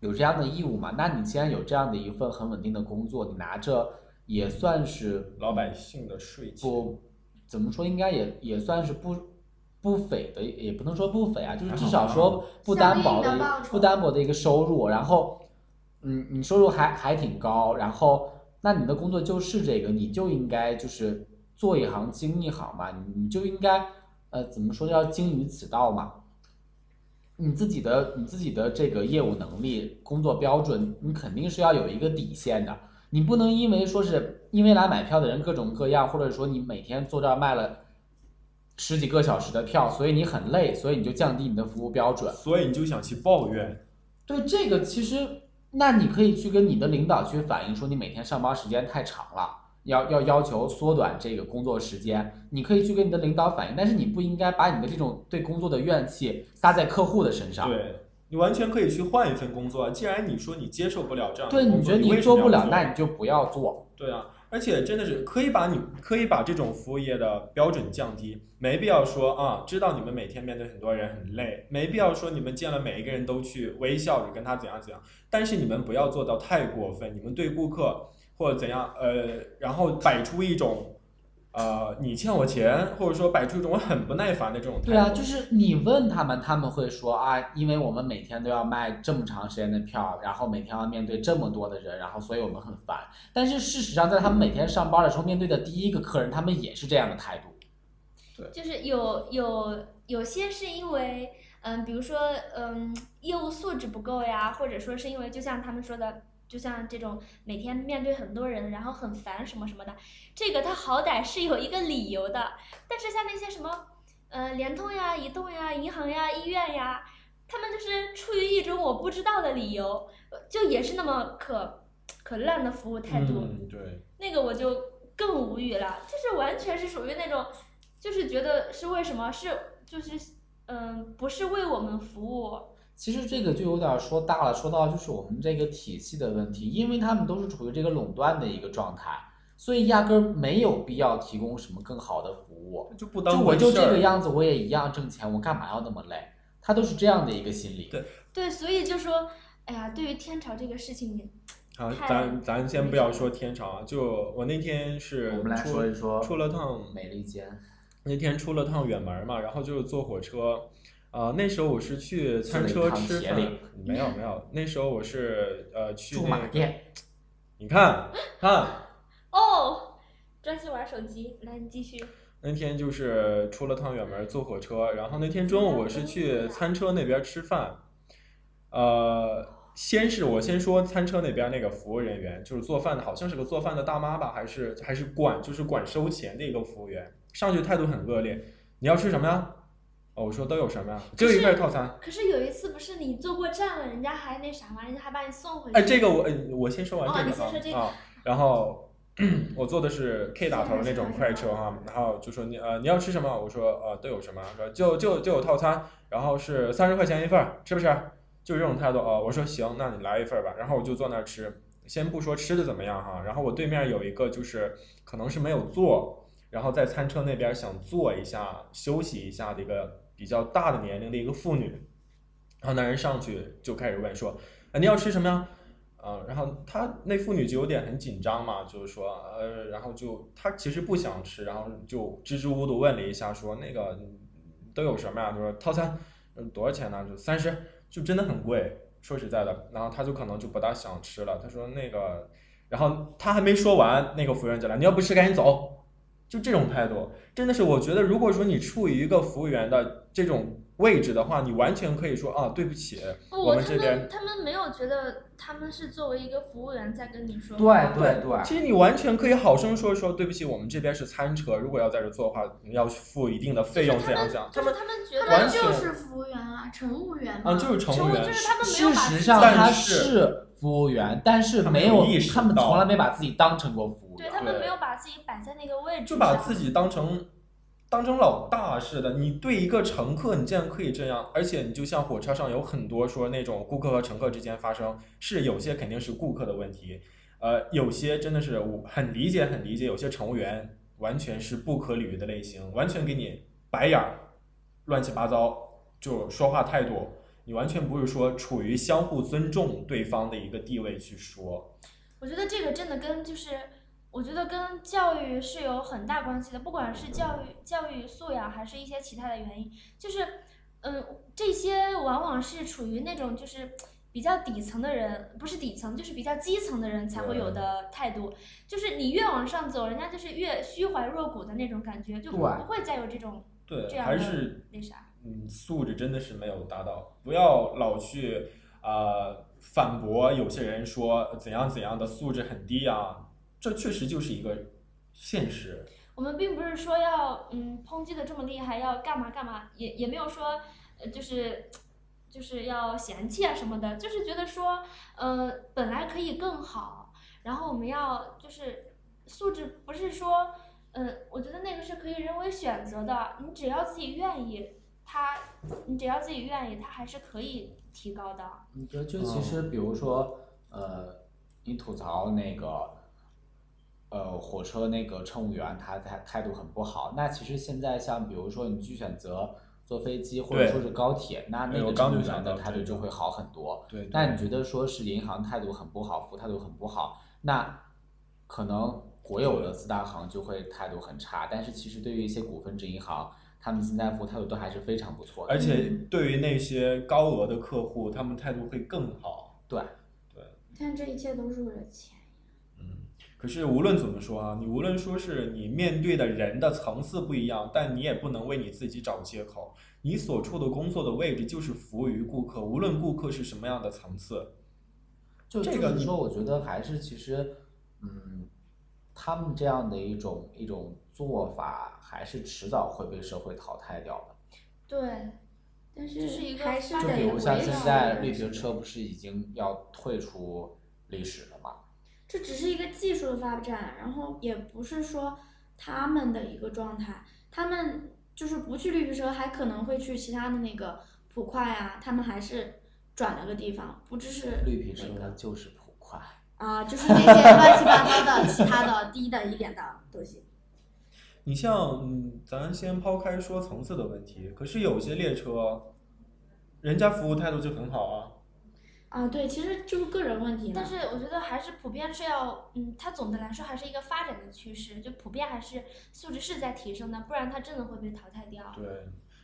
[SPEAKER 7] 有这样的义务嘛。那你既然有这样的一份很稳定的工作，你拿着也算是
[SPEAKER 4] 老百姓的税钱，
[SPEAKER 7] 不怎么说，应该也也算是不不菲的，也不能说不菲啊，就是至少
[SPEAKER 4] 还好
[SPEAKER 7] 说不单薄的
[SPEAKER 5] 相
[SPEAKER 7] 一
[SPEAKER 5] 应的报酬
[SPEAKER 7] 不单薄的一个收入。然后，嗯，你收入还还挺高，然后那你的工作就是这个，你就应该就是做一行精一行嘛，你就应该呃怎么说叫精于此道嘛。你自己的你自己的这个业务能力、工作标准，你肯定是要有一个底线的。你不能因为说是因为来买票的人各种各样，或者说你每天坐这儿卖了十几个小时的票，所以你很累，所以你就降低你的服务标准。
[SPEAKER 4] 所以你就想去抱怨。
[SPEAKER 7] 对这个，其实那你可以去跟你的领导去反映，说你每天上班时间太长了，要要要求缩短这个工作时间。你可以去跟你的领导反映，但是你不应该把你的这种对工作的怨气撒在客户的身上。
[SPEAKER 4] 对，你完全可以去换一份工作啊。既然你说你接受不了这样的
[SPEAKER 7] 对，
[SPEAKER 4] 工
[SPEAKER 7] 你觉
[SPEAKER 4] 作
[SPEAKER 7] 得
[SPEAKER 4] 为
[SPEAKER 7] 你
[SPEAKER 4] 什么
[SPEAKER 7] 不
[SPEAKER 4] 要
[SPEAKER 7] 了，那你就不要做。
[SPEAKER 4] 对啊，而且真的是可以把你可以把这种服务业的标准降低，没必要说啊，知道你们每天面对很多人很累，没必要说你们见了每一个人都去微笑着跟他怎样怎样，但是你们不要做到太过分，你们对顾客或者怎样呃，然后摆出一种呃你欠我钱，或者说摆出一种我很不耐烦的这种态度。
[SPEAKER 7] 对啊，就是你问他们，他们会说啊，因为我们每天都要卖这么长时间的票，然后每天要面对这么多的人，然后所以我们很烦。但是事实上，在他们每天上班的时候，面对的第一个客人，他们也是这样的态度。
[SPEAKER 6] 就是有有有些是因为，嗯，比如说，嗯，业务素质不够呀，或者说是因为，就像他们说的，就像这种每天面对很多人，然后很烦什么什么的，这个他好歹是有一个理由的。但是像那些什么，呃，联通呀、移动呀、银行呀、医院呀，他们就是出于一种我不知道的理由，呃就也是那么可可烂的服务态度。
[SPEAKER 4] 嗯，对。
[SPEAKER 6] 那个我就更无语了，就是完全是属于那种，就是觉得是为什么是就是嗯、不是为我们服务，
[SPEAKER 7] 其实这个就有点说大了，说到就是我们这个体系的问题，因为他们都是处于这个垄断的一个状态，所以压根儿没有必要提供什么更好的服务。
[SPEAKER 4] 就不当
[SPEAKER 7] 就我就
[SPEAKER 4] 回事
[SPEAKER 7] 这
[SPEAKER 4] 儿
[SPEAKER 7] 个样子，我也一样挣钱，我干嘛要那么累？他都是这样的一个心理。
[SPEAKER 6] 对，所以就说，哎呀，对于天朝这个事情，
[SPEAKER 4] 啊，
[SPEAKER 6] 太
[SPEAKER 4] 咱咱先不要说天朝啊，就我那天是
[SPEAKER 7] 我们来
[SPEAKER 4] 出
[SPEAKER 7] 说一说
[SPEAKER 4] 出了趟
[SPEAKER 7] 美利坚，
[SPEAKER 4] 那天出了趟远门嘛，然后就是坐火车，呃，那时候我是去餐
[SPEAKER 7] 去了
[SPEAKER 4] 车
[SPEAKER 7] 一趟
[SPEAKER 4] 吃
[SPEAKER 7] 铁
[SPEAKER 4] 饭
[SPEAKER 7] 岭，
[SPEAKER 4] 没有没有，那时候我是呃去
[SPEAKER 7] 驻
[SPEAKER 4] 那
[SPEAKER 7] 马
[SPEAKER 4] 个，
[SPEAKER 7] 店，
[SPEAKER 4] 你看看
[SPEAKER 6] 哦，专心玩手机，来你继续，
[SPEAKER 4] 那天就是出了趟远门坐火车，然后那天中午我是去餐车那边吃饭，呃，先是我先说餐车那边那个服务人员，就是做饭的，好像是个做饭的大妈吧，还是还是管就是管收钱的一个服务员，上去态度很恶劣，你要吃什么呀？哦，我说都有什么呀？就一份套餐。
[SPEAKER 6] 可是有一次不是你坐过站了，人家还那啥吗？人家还把你送回去，
[SPEAKER 4] 哎，这个我呃我先说完
[SPEAKER 6] 哦
[SPEAKER 4] 这
[SPEAKER 6] 你
[SPEAKER 4] 个
[SPEAKER 6] 先
[SPEAKER 4] 啊、
[SPEAKER 6] 说这个
[SPEAKER 4] 啊，然后 我坐的是 K 打头的那种快车哈、然后就说你呃你要吃什么？我说呃都有什么？说就就就有套餐，然后是三十块钱一份儿，吃不吃？就这种态度啊、我说行，那你来一份儿吧。然后我就坐那儿吃，先不说吃的怎么样哈、然后我对面有一个就是可能是没有坐，然后在餐车那边想坐一下休息一下的一个比较大的年龄的一个妇女，然后那人上去就开始问说，啊你要吃什么呀？啊，然后她那妇女就有点很紧张嘛，就是说，呃，然后就她其实不想吃，然后就支支吾吾的问了一下，说那个嗯都有什么呀？就说套餐，嗯，多少钱呢？就三十，就真的很贵，说实在的。然后她就可能就不大想吃了，她说那个，然后她还没说完，那个服务员就来，你要不吃赶紧走，就这种态度，真的是我觉得，如果说你处于一个服务员的这种位置的话，你完全可以说啊，对不起，
[SPEAKER 6] 哦，
[SPEAKER 4] 我们
[SPEAKER 6] 他
[SPEAKER 4] 这边
[SPEAKER 6] 们他们没有觉得他们是作为一个服务员在跟你说话，
[SPEAKER 7] 对对对，
[SPEAKER 4] 其实你完全可以好生说一说，对不起，我们这边是餐车，如果要在这做的话，要付一定的费用，怎样怎样。
[SPEAKER 6] 就
[SPEAKER 4] 他
[SPEAKER 6] 是
[SPEAKER 4] 们
[SPEAKER 6] 他们觉
[SPEAKER 5] 他
[SPEAKER 6] 得
[SPEAKER 4] 完
[SPEAKER 5] 们
[SPEAKER 4] 全
[SPEAKER 5] 就是服务员啊，乘务员嘛
[SPEAKER 4] 啊，就是乘务员
[SPEAKER 6] 就是他们没有
[SPEAKER 7] 事
[SPEAKER 6] 把
[SPEAKER 7] 实
[SPEAKER 6] 自己
[SPEAKER 7] 上
[SPEAKER 4] 但
[SPEAKER 7] 他
[SPEAKER 4] 是
[SPEAKER 7] 是服务员，但是
[SPEAKER 4] 他
[SPEAKER 7] 没
[SPEAKER 4] 没
[SPEAKER 7] 有
[SPEAKER 4] 有意，识
[SPEAKER 7] 他们
[SPEAKER 4] 到
[SPEAKER 7] 从来没把自己当成过服务
[SPEAKER 6] 对
[SPEAKER 7] 员。
[SPEAKER 6] 他们
[SPEAKER 4] 对
[SPEAKER 6] 没有把自己摆在那个位置上，
[SPEAKER 4] 就把自己当成当成老大似的。你对一个乘客，你竟然可以这样，而且你就像火车上有很多说那种顾客和乘客之间发生，是有些肯定是顾客的问题，呃，有些真的是我很理解很理解，有些乘务员完全是不可理喻的类型，完全给你白眼儿，乱七八糟，就说话态度。你完全不是说处于相互尊重对方的一个地位去说，
[SPEAKER 6] 我觉得这个真的跟就是，我觉得跟教育是有很大关系的，不管是教育教育素养，还是一些其他的原因，就是，嗯，这些往往是处于那种就是比较底层的人，不是底层，就是比较基层的人才会有的态度，就是你越往上走，人家就是越虚怀若谷的那种感觉，就不
[SPEAKER 7] 对
[SPEAKER 6] 会再有这种这
[SPEAKER 4] 对，
[SPEAKER 6] 样
[SPEAKER 4] 还
[SPEAKER 6] 的
[SPEAKER 4] 是
[SPEAKER 6] 那啥。
[SPEAKER 4] 嗯，素质真的是没有达到，不要老去呃反驳有些人说怎样怎样的素质很低啊，这确实就是一个现实。
[SPEAKER 6] 我们并不是说要嗯抨击的这么厉害，要干嘛干嘛，也也没有说呃就是就是要嫌弃啊什么的，就是觉得说呃本来可以更好，然后我们要就是素质不是说呃我觉得那个是可以人为选择的，你只要自己愿意，他你只要自己愿意，他还是可以提高的。
[SPEAKER 7] 你
[SPEAKER 4] 嗯
[SPEAKER 7] 觉得就其实比如说，呃，你吐槽那个呃火车那个乘务员他态态度很不好。那其实现在像比如说你去选择坐飞机或者
[SPEAKER 4] 对
[SPEAKER 7] 说是高铁，那
[SPEAKER 4] 哎
[SPEAKER 7] 那
[SPEAKER 4] 我
[SPEAKER 7] 个
[SPEAKER 4] 刚
[SPEAKER 7] 乘务
[SPEAKER 4] 就想
[SPEAKER 7] 员的
[SPEAKER 4] 到
[SPEAKER 7] 态
[SPEAKER 4] 这
[SPEAKER 7] 度就
[SPEAKER 4] 个
[SPEAKER 7] 会好很多。
[SPEAKER 4] 对，
[SPEAKER 7] 那
[SPEAKER 4] 对
[SPEAKER 7] 你觉得说是银行态度很不好，服务态度很不好，那可能国有的四大行就会态度很差，但是其实对于一些股份制银行，他们现在服务态度都还是非常不错的。
[SPEAKER 4] 而且
[SPEAKER 6] 嗯
[SPEAKER 4] 对于那些高额的客户，他们态度会更好。
[SPEAKER 7] 对，
[SPEAKER 5] 但这一切都是为了钱。
[SPEAKER 4] 嗯，可是无论怎么说啊，你无论说是你面对的人的层次不一样，但你也不能为你自己找借口。你所处的工作的位置就是服务于顾客，无论顾客是什么样的层次。
[SPEAKER 7] 就
[SPEAKER 4] 这
[SPEAKER 7] 就
[SPEAKER 4] 个
[SPEAKER 7] 是
[SPEAKER 4] 你
[SPEAKER 7] 说，我觉得还是其实，嗯，他们这样的一种一种做法，还是迟早会被社会淘汰掉的。
[SPEAKER 5] 对，但是
[SPEAKER 6] 这是一个
[SPEAKER 5] 还是
[SPEAKER 6] 发
[SPEAKER 7] 就
[SPEAKER 6] 展
[SPEAKER 5] 得
[SPEAKER 7] 比
[SPEAKER 6] 也
[SPEAKER 7] 如
[SPEAKER 5] 回
[SPEAKER 7] 像
[SPEAKER 5] 到
[SPEAKER 7] 现在
[SPEAKER 5] 人
[SPEAKER 7] 绿皮车不是已经要退出历史了吗？
[SPEAKER 5] 这只是一个技术的发展，然后也不是说他们的一个状态，他们就是不去绿皮车，还可能会去其他的那个普快啊，他们还是转了个地方，不只是
[SPEAKER 7] 绿皮
[SPEAKER 5] 那
[SPEAKER 7] 车
[SPEAKER 5] 个
[SPEAKER 7] 就是普快。
[SPEAKER 5] 啊，就是那些乱七八糟的其他的低的一点的东西。
[SPEAKER 4] 你像，嗯，咱先抛开说层次的问题，可是有些列车，人家服务态度就很好啊。
[SPEAKER 5] 啊，对，其实就是个人问题嘛。
[SPEAKER 6] 但是我觉得还是普遍是要，嗯，它总的来说还是一个发展的趋势，就普遍还是素质是在提升的，不然它真的会被淘汰掉。
[SPEAKER 4] 对，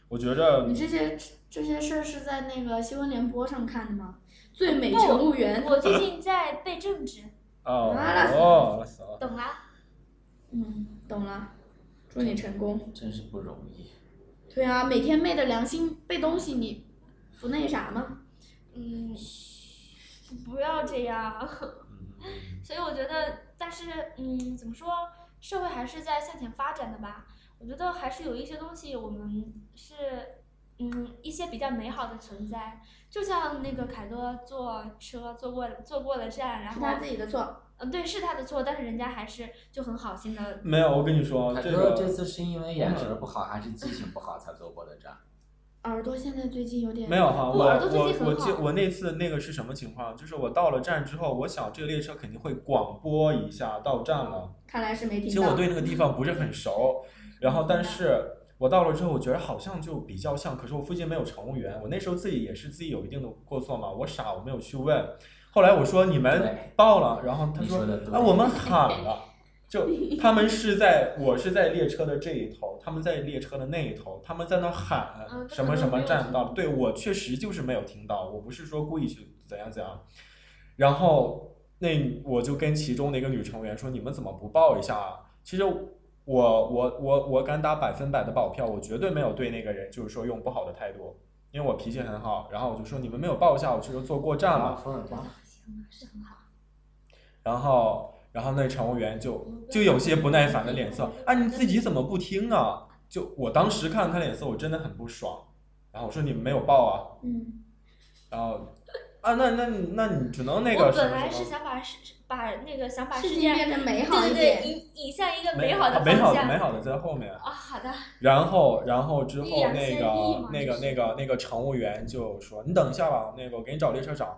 [SPEAKER 4] 我觉着
[SPEAKER 5] 你这些这些事儿是在那个新闻联播上看的吗？最美
[SPEAKER 6] 不
[SPEAKER 5] 乘务员，
[SPEAKER 6] 我最近在背政治，
[SPEAKER 4] 哦
[SPEAKER 5] 啊那死
[SPEAKER 4] 哦，那死了。
[SPEAKER 6] 懂啦？
[SPEAKER 5] 嗯，懂了，祝你成功。
[SPEAKER 7] 真是不容易。
[SPEAKER 5] 对啊，每天昧着良心背东西，你不那啥吗？
[SPEAKER 6] 嗯，不要这样。
[SPEAKER 4] 嗯
[SPEAKER 6] 所以我觉得，但是嗯，怎么说，社会还是在向前发展的吧。我觉得还是有一些东西，我们是嗯一些比较美好的存在。就像那个凯哥坐车坐过坐过了站，然
[SPEAKER 5] 是
[SPEAKER 6] 后
[SPEAKER 5] 他自己的错。
[SPEAKER 6] 嗯对是他的错，但是人家还是就很好心的。
[SPEAKER 4] 没有，我跟你说，
[SPEAKER 7] 凯
[SPEAKER 4] 这
[SPEAKER 7] 哥
[SPEAKER 4] 个
[SPEAKER 7] 呃这次是因为眼神不好还是记性不好才坐过的 站？
[SPEAKER 5] 耳朵现在最近有点
[SPEAKER 4] 没有哈，
[SPEAKER 6] 不
[SPEAKER 4] 我
[SPEAKER 6] 耳朵最
[SPEAKER 4] 我
[SPEAKER 6] 近
[SPEAKER 4] 我
[SPEAKER 6] 很
[SPEAKER 4] 记
[SPEAKER 6] 好
[SPEAKER 4] 我那次那个是什么情况？就是我到了站之后，我想这个列车肯定会广播一下到站了，
[SPEAKER 5] 看来是没
[SPEAKER 4] 其
[SPEAKER 5] 听
[SPEAKER 4] 实
[SPEAKER 5] 到。
[SPEAKER 4] 我对那个地方不是很熟，然后但是。我到了之后，我觉得好像就比较像，可是我附近没有乘务员。我那时候自己也是自己有一定的过错嘛，我傻，我没有去问。后来我说你们
[SPEAKER 7] 对
[SPEAKER 4] 到了，然后他
[SPEAKER 7] 你
[SPEAKER 4] 说
[SPEAKER 7] 说的对
[SPEAKER 4] 啊，我们喊了，就他们是在，我是在列车的这一头，他们在列车的那一头，他们在那喊
[SPEAKER 6] 嗯
[SPEAKER 4] 什么什么站到
[SPEAKER 6] 他们
[SPEAKER 4] 了，对我确实就是没有听到，我不是说故意去怎样怎样，然后那我就跟其中的一个女乘务员说，你们怎么不报一下啊？其实我我我我敢打百分百的保票，我绝对没有对那个人就是说用不好的态度。因为我脾气很好，然后我就说你们没有报一下，我就是坐过站了。
[SPEAKER 7] 冯远光，
[SPEAKER 5] 嗯
[SPEAKER 6] 是很好。
[SPEAKER 4] 然后，然后那乘务员就就有些不耐烦的脸色，啊，你自己怎么不听啊？就我当时看他脸色，我真的很不爽。然后我说你们没有报啊，
[SPEAKER 5] 嗯，
[SPEAKER 4] 然后啊，那那你那你只能那
[SPEAKER 6] 我
[SPEAKER 4] 个什
[SPEAKER 6] 本
[SPEAKER 4] 么
[SPEAKER 6] 来
[SPEAKER 4] 什
[SPEAKER 6] 是
[SPEAKER 4] 么，
[SPEAKER 6] 想把事把那个想把
[SPEAKER 5] 事
[SPEAKER 6] 事
[SPEAKER 5] 情
[SPEAKER 6] 件
[SPEAKER 5] 变得美好
[SPEAKER 6] 对对
[SPEAKER 5] 一
[SPEAKER 6] 对
[SPEAKER 5] 点。
[SPEAKER 6] 引引向一个
[SPEAKER 4] 美啊
[SPEAKER 6] 美好的
[SPEAKER 4] 美
[SPEAKER 6] 方
[SPEAKER 4] 好的美
[SPEAKER 6] 向。
[SPEAKER 4] 好的在后面。
[SPEAKER 6] 啊，好 的，
[SPEAKER 4] 然后，然后之后
[SPEAKER 6] 一言
[SPEAKER 4] 那
[SPEAKER 6] 先意
[SPEAKER 4] 个
[SPEAKER 6] 嘛
[SPEAKER 4] 那
[SPEAKER 6] 就
[SPEAKER 4] 个
[SPEAKER 6] 是
[SPEAKER 4] 那个那个乘务员就说：“你等一下吧，那个我给你找列车长。”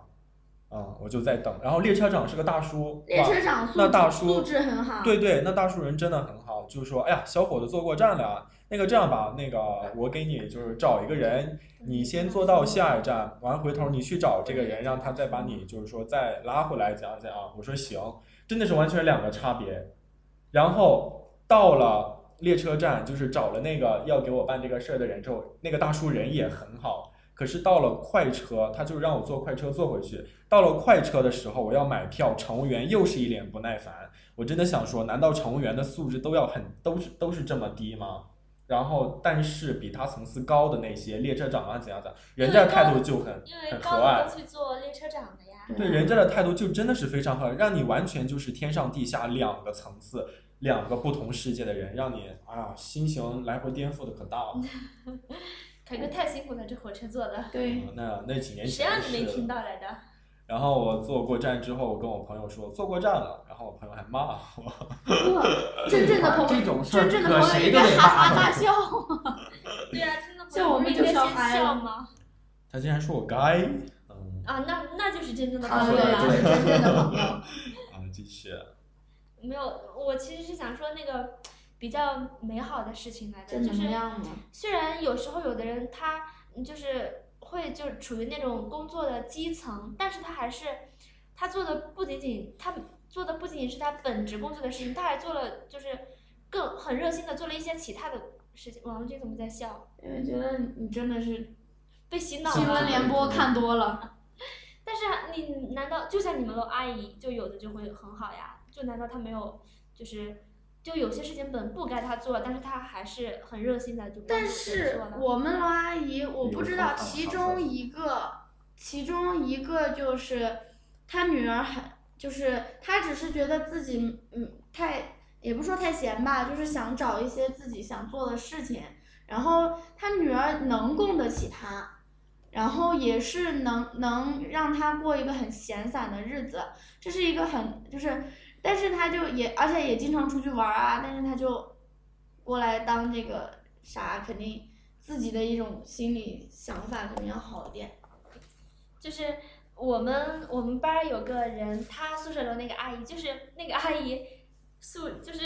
[SPEAKER 4] 嗯，我就在等。然后列车长是个大叔，
[SPEAKER 5] 列
[SPEAKER 4] 哇
[SPEAKER 5] 车长素
[SPEAKER 4] 那大
[SPEAKER 5] 质
[SPEAKER 4] 叔
[SPEAKER 5] 素质很好。
[SPEAKER 4] 对对，那大叔人真的很好，就说，哎呀，小伙子坐过站了啊，那个这样吧，那个我给你就是找一个人，你先坐到下一站，完回头你去找这个人，让他再把你就是说再拉回来，怎样怎样啊。我说行，真的是完全两个差别。然后到了列车站，就是找了那个要给我办这个事儿的人之后，那个大叔人也很好。可是到了快车，他就让我坐快车坐回去。到了快车的时候，我要买票，乘务员又是一脸不耐烦。我真的想说，难道乘务员的素质都要很都是都是这么低吗？然后，但是比他层次高的那些列车长啊，怎样怎样，人家的态度就很
[SPEAKER 6] 因为
[SPEAKER 4] 很和
[SPEAKER 6] 高的
[SPEAKER 4] 蔼
[SPEAKER 6] 都，去做列车长的呀。
[SPEAKER 4] 对人家的态度就真的是非常和蔼，让你完全就是天上地下两个层次，两个不同世界的人，让你啊心情来回颠覆的可大 了。
[SPEAKER 6] 凯哥太辛苦了，这火车坐的，
[SPEAKER 5] 对，
[SPEAKER 4] 嗯那那几年
[SPEAKER 6] 谁
[SPEAKER 4] 前
[SPEAKER 6] 让
[SPEAKER 4] 是
[SPEAKER 6] 你没听到来 的？
[SPEAKER 4] 然后我坐过站之后，我跟我朋友说坐过站了，然后我朋友还骂我。
[SPEAKER 5] 哇， 真正的朋友，
[SPEAKER 7] 这种事儿
[SPEAKER 5] 真正
[SPEAKER 7] 可
[SPEAKER 5] 的朋友
[SPEAKER 7] 谁
[SPEAKER 5] 应
[SPEAKER 7] 都
[SPEAKER 5] 该
[SPEAKER 7] 得
[SPEAKER 5] 哈
[SPEAKER 7] 骂
[SPEAKER 5] 哈 大笑。啊
[SPEAKER 6] 对啊，听到朋
[SPEAKER 5] 像
[SPEAKER 6] 友
[SPEAKER 5] 我
[SPEAKER 6] 不
[SPEAKER 5] 们
[SPEAKER 6] 是
[SPEAKER 5] 就
[SPEAKER 6] 应该
[SPEAKER 5] 笑
[SPEAKER 6] 先
[SPEAKER 5] 嗨
[SPEAKER 6] 笑
[SPEAKER 5] 了
[SPEAKER 6] 吗？
[SPEAKER 4] 他竟然说我该，嗯
[SPEAKER 6] 啊，那那就是真正的
[SPEAKER 5] 啊，
[SPEAKER 6] 朋友
[SPEAKER 5] 对啊，
[SPEAKER 6] 了。
[SPEAKER 5] 是真正的朋友。
[SPEAKER 4] 啊，继续。
[SPEAKER 6] 没有，我其实是想说那个比较美好的事情来着，
[SPEAKER 5] 正
[SPEAKER 6] 就
[SPEAKER 5] 能
[SPEAKER 6] 是
[SPEAKER 5] 量嘛。
[SPEAKER 6] 虽然有时候有的人他嗯就是会就是处于那种工作的基层，但是他还是他做的不仅仅他做的不仅仅是他本职工作的事情，他还做了就是更很热心的做了一些其他的事情。王军怎么在笑？
[SPEAKER 5] 因为觉得你真的是
[SPEAKER 6] 被洗脑
[SPEAKER 5] 新闻
[SPEAKER 6] 了。
[SPEAKER 5] 联播看多了，
[SPEAKER 6] 但是啊你难道就像你们的阿姨，就有的就会很好呀？就难道她没有就是？就有些事情本不该她做，但是她还是很热心的
[SPEAKER 8] 但
[SPEAKER 6] 就帮别人
[SPEAKER 8] 是
[SPEAKER 6] 做了嗯
[SPEAKER 8] 我们老阿姨，我不知道
[SPEAKER 7] 比如说看
[SPEAKER 8] 其
[SPEAKER 7] 看
[SPEAKER 8] 中
[SPEAKER 7] 看
[SPEAKER 8] 一个，其中一个就是她女儿很，就是她只是觉得自己嗯太，也不说太闲吧，就是想找一些自己想做的事情，然后她女儿能供得起她。然后也是能能让她过一个很闲散的日子，这是一个很就是，但是她就也而且也经常出去玩儿啊，但是她就过来当这个啥，肯定自己的一种心理想法肯定要好一点。
[SPEAKER 6] 就是我们我们班儿有个人，她宿舍楼那个阿姨，就是那个阿姨宿就是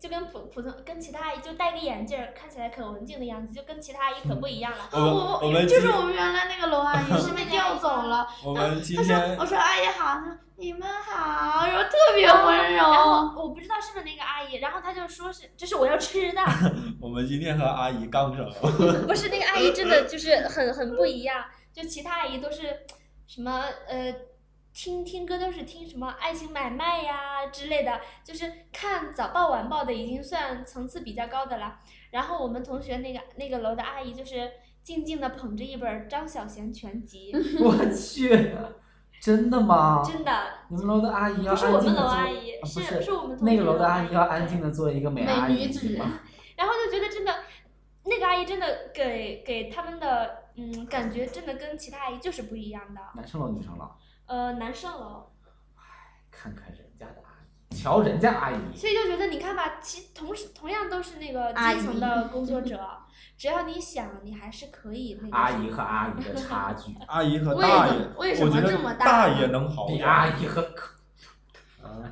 [SPEAKER 6] 就跟普普通跟其他阿姨就戴个眼镜儿，看起来可文静的样子，就跟其他阿姨可不一样了。
[SPEAKER 4] 我们
[SPEAKER 8] 啊我
[SPEAKER 4] 我们
[SPEAKER 8] 就
[SPEAKER 4] 今
[SPEAKER 8] 是我们原来那个楼 阿姨是被调走了，
[SPEAKER 4] 我
[SPEAKER 8] 然
[SPEAKER 4] 们
[SPEAKER 8] 后
[SPEAKER 4] 今
[SPEAKER 8] 她说
[SPEAKER 4] 天
[SPEAKER 5] 哦
[SPEAKER 8] 我说阿姨好，她说你们 好，然后特别温
[SPEAKER 6] 然
[SPEAKER 8] 柔。哦
[SPEAKER 6] 后我不知道是不是那个阿姨，然后她就说是这是我要吃的，
[SPEAKER 4] 我们今天和阿姨杠上了。
[SPEAKER 6] 不是那个阿姨真的就是很很不一样，就其他阿姨都是什么呃，听听歌都是听什么爱情买卖呀之类的，就是看早报晚报的已经算层次比较高的了。然后我们同学那个那个楼的阿姨就是静静的捧着一本张小娴全集，
[SPEAKER 7] 我去，啊真的吗？
[SPEAKER 6] 真的
[SPEAKER 7] 你们楼的阿姨要
[SPEAKER 6] 不是
[SPEAKER 7] 安
[SPEAKER 6] 我
[SPEAKER 7] 静
[SPEAKER 6] 们
[SPEAKER 7] 的
[SPEAKER 6] 楼
[SPEAKER 7] 做，
[SPEAKER 6] 阿姨
[SPEAKER 7] 啊，不
[SPEAKER 6] 是
[SPEAKER 7] 是
[SPEAKER 6] 是我们同啊
[SPEAKER 7] 那
[SPEAKER 6] 学
[SPEAKER 7] 个楼的阿姨要安
[SPEAKER 6] 对
[SPEAKER 7] 静的做一个美
[SPEAKER 5] 美
[SPEAKER 7] 阿
[SPEAKER 5] 女
[SPEAKER 7] 姨
[SPEAKER 5] 子
[SPEAKER 7] 是吗
[SPEAKER 6] 然后就觉得真的，那个阿姨真的给给他们的嗯感觉真的跟其他阿姨就是不一样的。
[SPEAKER 7] 男生楼女生楼，
[SPEAKER 6] 呃，男生楼。
[SPEAKER 7] 看看人家的阿姨，瞧人家阿姨，
[SPEAKER 6] 所以就觉得你看吧，其同时同样都是那个
[SPEAKER 8] 阿
[SPEAKER 6] 基层
[SPEAKER 8] 姨
[SPEAKER 6] 的工作 者，只要你想，你还是可以那个
[SPEAKER 7] 阿
[SPEAKER 6] 什
[SPEAKER 7] 姨
[SPEAKER 6] 么
[SPEAKER 7] 和阿姨的 差距，
[SPEAKER 4] 阿姨和
[SPEAKER 8] 为
[SPEAKER 4] 大
[SPEAKER 8] 什
[SPEAKER 4] 爷
[SPEAKER 8] 么，为什
[SPEAKER 4] 我
[SPEAKER 8] 么
[SPEAKER 4] 觉
[SPEAKER 8] 这
[SPEAKER 4] 得
[SPEAKER 8] 么
[SPEAKER 4] 大
[SPEAKER 8] 大
[SPEAKER 4] 爷能好
[SPEAKER 7] 比
[SPEAKER 4] 点。
[SPEAKER 7] 阿姨和
[SPEAKER 4] 啊，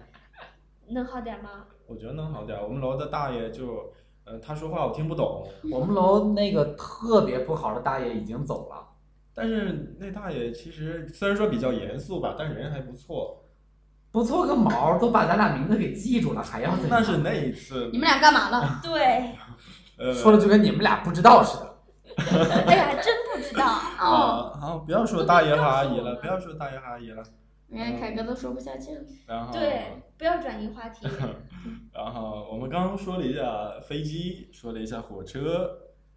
[SPEAKER 6] 能好点吗？
[SPEAKER 4] 我觉得能好点。我们楼的大爷就，呃，他说话我听不懂，
[SPEAKER 7] 我们楼那个特别不好的大爷已经走了。
[SPEAKER 4] 但是那大爷其实虽然说比较严肃吧，但人还不错。
[SPEAKER 7] 不错个毛，都把咱俩名字给记住了，还要怎样？
[SPEAKER 4] 但是那一次
[SPEAKER 5] 你，们俩干 嘛了？
[SPEAKER 6] 对，
[SPEAKER 4] 呃，
[SPEAKER 7] 说的就跟你们俩不知道似的。
[SPEAKER 6] 哎呀，真不知道。
[SPEAKER 5] 哦
[SPEAKER 4] 啊，好，不要说大爷和阿姨了，不要说大爷和阿姨了。
[SPEAKER 5] 人家凯哥都说不下去了。
[SPEAKER 4] 然后，
[SPEAKER 6] 对，不要转移话题。
[SPEAKER 7] 哦
[SPEAKER 4] 然后我们刚刚说了一下飞机，说了一下火车，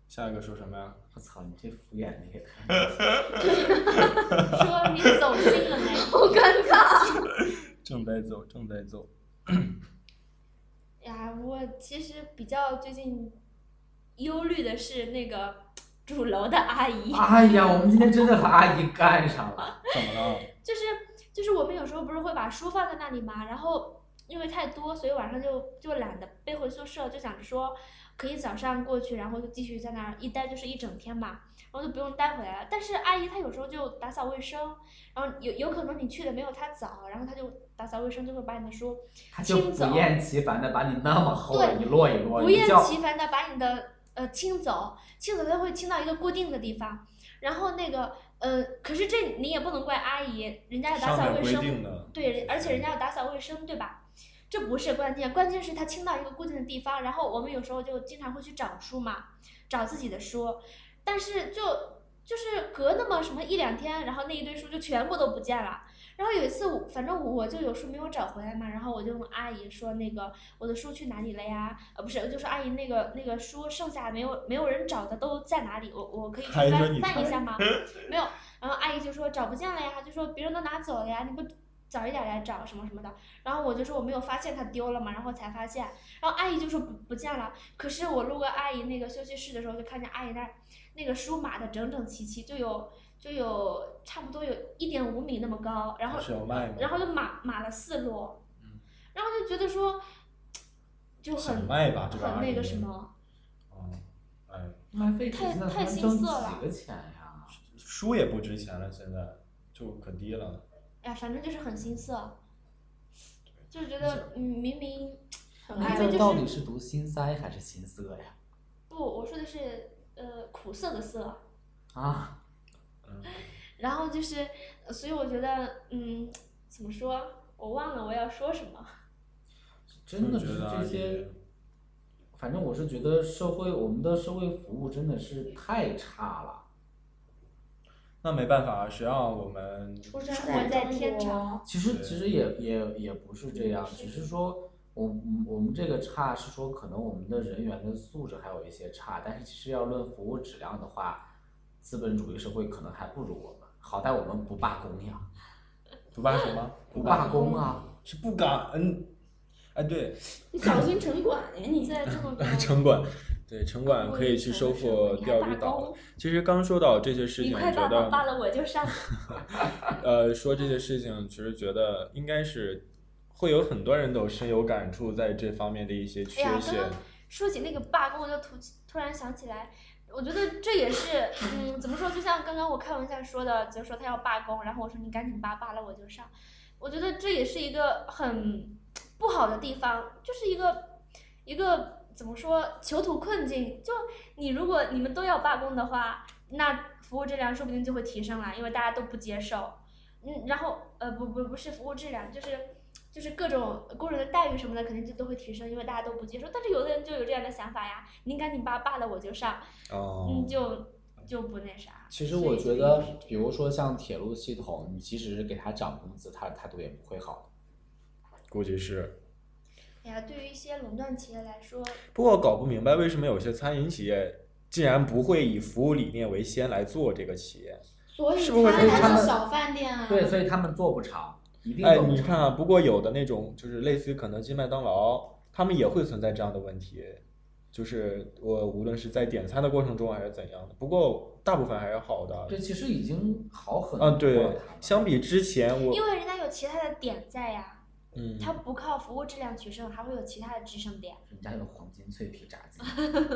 [SPEAKER 4] 下一个说什么呀？
[SPEAKER 7] 我操，你这敷衍的也太……
[SPEAKER 6] 说你走心了没？ 哎
[SPEAKER 4] 正在走，正在走。
[SPEAKER 6] 呀，我其实比较最近忧虑的是那个主楼的阿姨。
[SPEAKER 7] 哎呀，我们今天真的和阿姨干上了。
[SPEAKER 4] 怎么了？
[SPEAKER 6] 就是就是我们有时候不是会把书放在那里嘛，然后因为太多，所以晚上就就懒得背回宿舍，就想着说可以早上过去，然后就继续在那儿一待就是一整天嘛，然后就不用带回来了。但是阿姨她有时候就打扫卫生，然后有有可能你去的没有她早，然后她就打扫卫生就会把你的书
[SPEAKER 7] 他就不厌其烦的把你那么厚的
[SPEAKER 6] 对
[SPEAKER 7] 一摞一摞，
[SPEAKER 6] 不
[SPEAKER 7] 你
[SPEAKER 6] 厌
[SPEAKER 7] 叫
[SPEAKER 6] 其烦的把你的呃清走，清走它会清到一个固定的地方，然后那个呃，可是这你也不能怪阿姨，人家要哎打
[SPEAKER 4] 上
[SPEAKER 6] 扫
[SPEAKER 4] 面
[SPEAKER 6] 卫
[SPEAKER 4] 规
[SPEAKER 6] 生，
[SPEAKER 4] 定的。
[SPEAKER 6] 对，而且人家要打扫卫生，对吧？这不是关键，关键是他清到一个固定的地方，然后我们有时候就经常会去找书嘛，找自己的书，但是就就是隔那么什么一两天，然后那一堆书就全部都不见了。然后有一次我，反正我就有书没有找回来嘛，然后我就问阿姨说那个我的书去哪里了呀？呃，不是，我就说阿姨那个那个书剩下没有没有人找的都在哪里？我我可以去
[SPEAKER 4] 还
[SPEAKER 6] 翻
[SPEAKER 4] 说你
[SPEAKER 6] 翻一
[SPEAKER 4] 猜
[SPEAKER 6] 下吗？ 没有。然后阿姨就说找不见了呀，就说别人都拿走了呀，你不早一点来找什么什么的。然后我就说我没有发现它丢了嘛，然后才发现。然后阿姨就说不不见了。可是我路过阿姨那个休息室的时候，就看见阿姨那儿那个书码的整整齐齐，就有就有差不多有一点五米那么高，然后
[SPEAKER 4] 是有卖吗？
[SPEAKER 6] 然后就码码了四摞
[SPEAKER 4] 嗯，
[SPEAKER 6] 然后就觉得说就
[SPEAKER 4] 想
[SPEAKER 6] 很
[SPEAKER 4] 卖吧，这个
[SPEAKER 6] 很
[SPEAKER 4] 阿
[SPEAKER 6] 那
[SPEAKER 4] 姨
[SPEAKER 6] 个什么，
[SPEAKER 4] 哦，哎，
[SPEAKER 7] 浪费纸巾的
[SPEAKER 6] 太太
[SPEAKER 7] 他们
[SPEAKER 6] 心
[SPEAKER 7] 挣
[SPEAKER 6] 塞了
[SPEAKER 7] 几个钱呀？
[SPEAKER 4] 书也不值钱了，现在就可低了。
[SPEAKER 6] 哎呀，反正就是很心塞。就是觉得嗯明明
[SPEAKER 5] 很
[SPEAKER 6] 哎
[SPEAKER 5] 爱
[SPEAKER 6] 这
[SPEAKER 7] 那这
[SPEAKER 6] 就是
[SPEAKER 7] 到底是读心塞还是心塞呀？
[SPEAKER 6] 不，我说的是呃苦涩的涩。
[SPEAKER 7] 啊，
[SPEAKER 4] 嗯
[SPEAKER 6] 然后就是，呃所以我觉得，嗯，怎么说？我忘了我要说什么。
[SPEAKER 7] 真的
[SPEAKER 4] 我觉
[SPEAKER 7] 是
[SPEAKER 4] 得啊
[SPEAKER 7] 这
[SPEAKER 4] 也
[SPEAKER 7] 些，反正我是觉得社会我们的社会服务真的是太差了。
[SPEAKER 4] 那没办法，谁让我们
[SPEAKER 8] 出生
[SPEAKER 6] 活在天
[SPEAKER 8] 中国
[SPEAKER 6] 堂
[SPEAKER 7] 其实
[SPEAKER 4] 对
[SPEAKER 7] 其实也也也不是这样，
[SPEAKER 6] 是
[SPEAKER 7] 只是说我们我们这个差是说可能我们的人员的素质还有一些差，但是其实要论服务质量的话，资本主义社会可能还不如我们。好歹我们不罢工呀，
[SPEAKER 4] 不罢什么？
[SPEAKER 7] 不
[SPEAKER 4] 不
[SPEAKER 7] 罢
[SPEAKER 4] 罢
[SPEAKER 7] 工啊！
[SPEAKER 4] 是不敢。嗯，哎，对，
[SPEAKER 8] 你小心城管呀你！
[SPEAKER 6] 在这么多
[SPEAKER 4] 城管，对城管可以去收复钓鱼岛了。其实刚说到这些事
[SPEAKER 6] 你
[SPEAKER 4] 情，
[SPEAKER 6] 快罢
[SPEAKER 4] 觉
[SPEAKER 6] 了，罢
[SPEAKER 4] 得
[SPEAKER 6] 了 我就上。
[SPEAKER 4] 呃，说这些事情，其实觉得应该是会有很多人都深有感触，在这方面的一些缺
[SPEAKER 6] 哎呀刚
[SPEAKER 4] 陷。
[SPEAKER 6] 刚说起那个罢工，我就突突然想起来，我觉得这也是，嗯，怎么说？就像刚刚我开玩笑说的，就说他要罢工，然后我说你赶紧罢，罢了我就上。我觉得这也是一个很不好的地方，就是一个一个怎么说囚徒困境。就你如果你们都要罢工的话，那服务质量说不定就会提升了，因为大家都不接受。嗯，然后呃不不不是服务质量，就是就是各种工人的待遇什么的，肯定就都会提升，因为大家都不接受。但是有的人就有这样的想法呀，你赶紧罢罢了我就上，
[SPEAKER 4] 哦
[SPEAKER 6] 嗯，就就不那啥。
[SPEAKER 7] 其实
[SPEAKER 6] 所以
[SPEAKER 7] 我
[SPEAKER 6] 就
[SPEAKER 7] 觉
[SPEAKER 6] 一
[SPEAKER 7] 得
[SPEAKER 6] 直这，
[SPEAKER 7] 比
[SPEAKER 6] 样
[SPEAKER 7] 如说像铁路系统，你即使是给他涨工资，他的态度也不会好。
[SPEAKER 4] 估计是。
[SPEAKER 6] 哎呀，对于一些垄断企业来说，
[SPEAKER 4] 不过我搞不明白，为什么有些餐饮企业竟然不会以服务理念为先来做这个企业？
[SPEAKER 8] 所以
[SPEAKER 4] 是不是
[SPEAKER 8] 他
[SPEAKER 4] 所以
[SPEAKER 8] 才
[SPEAKER 4] 他
[SPEAKER 8] 叫
[SPEAKER 4] 们
[SPEAKER 8] 小饭店啊。
[SPEAKER 7] 对，所以他们做不长，一定
[SPEAKER 4] 哎，
[SPEAKER 7] 做不
[SPEAKER 4] 你
[SPEAKER 7] 长。
[SPEAKER 4] 看啊，不过有的那种就是类似于肯德基、麦当劳，他们也会存在这样的问题，就是我无论是在点餐的过程中还是怎样的，不过大部分还是好的
[SPEAKER 7] 对，。其实已经好很多
[SPEAKER 4] 啊，
[SPEAKER 7] 了。
[SPEAKER 4] 对，
[SPEAKER 7] 他们
[SPEAKER 4] 相比之前我
[SPEAKER 6] 因，为人家有其他的点在呀，
[SPEAKER 4] 嗯，
[SPEAKER 6] 它不靠服务质量取胜，还会有其他的支撑点。
[SPEAKER 7] 人家有黄金脆皮炸鸡，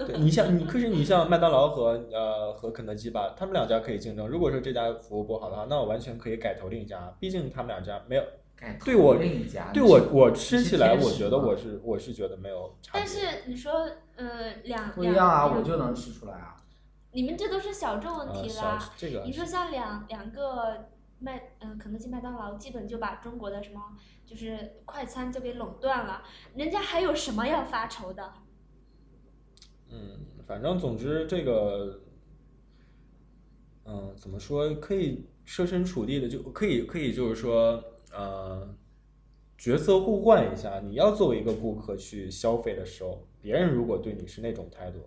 [SPEAKER 4] 对你像你，可是你像麦当劳和呃和肯德基吧，他们两家可以竞争。如果说这家服务不好的话，那我完全可以改投另一家，毕竟他们两家没有
[SPEAKER 7] 改头
[SPEAKER 4] 对我
[SPEAKER 7] 另一家。
[SPEAKER 4] 对
[SPEAKER 7] 你
[SPEAKER 4] 我
[SPEAKER 7] 是
[SPEAKER 4] 我
[SPEAKER 7] 你
[SPEAKER 4] 吃
[SPEAKER 7] 是
[SPEAKER 4] 起来，
[SPEAKER 7] 天
[SPEAKER 4] 我
[SPEAKER 7] 使
[SPEAKER 4] 觉得
[SPEAKER 7] 吗
[SPEAKER 4] 我是我是觉得没有差别。
[SPEAKER 6] 但是你说，呃，两
[SPEAKER 7] 不一样啊，
[SPEAKER 6] 两
[SPEAKER 7] 我就能吃出来啊。
[SPEAKER 6] 你们这都是小众问
[SPEAKER 4] 呃
[SPEAKER 6] 题
[SPEAKER 4] 小
[SPEAKER 6] 啦。
[SPEAKER 4] 这个
[SPEAKER 6] 你说像两两个麦，嗯、肯德基、麦当劳，基本就把中国的什么就是快餐就给垄断了，人家还有什么要发愁的？
[SPEAKER 4] 嗯，反正总之这个，嗯，怎么说，可以设身处地的就可以可以就是说，呃，角色互换一下。你要作为一个顾客去消费的时候，别人如果对你是那种态度，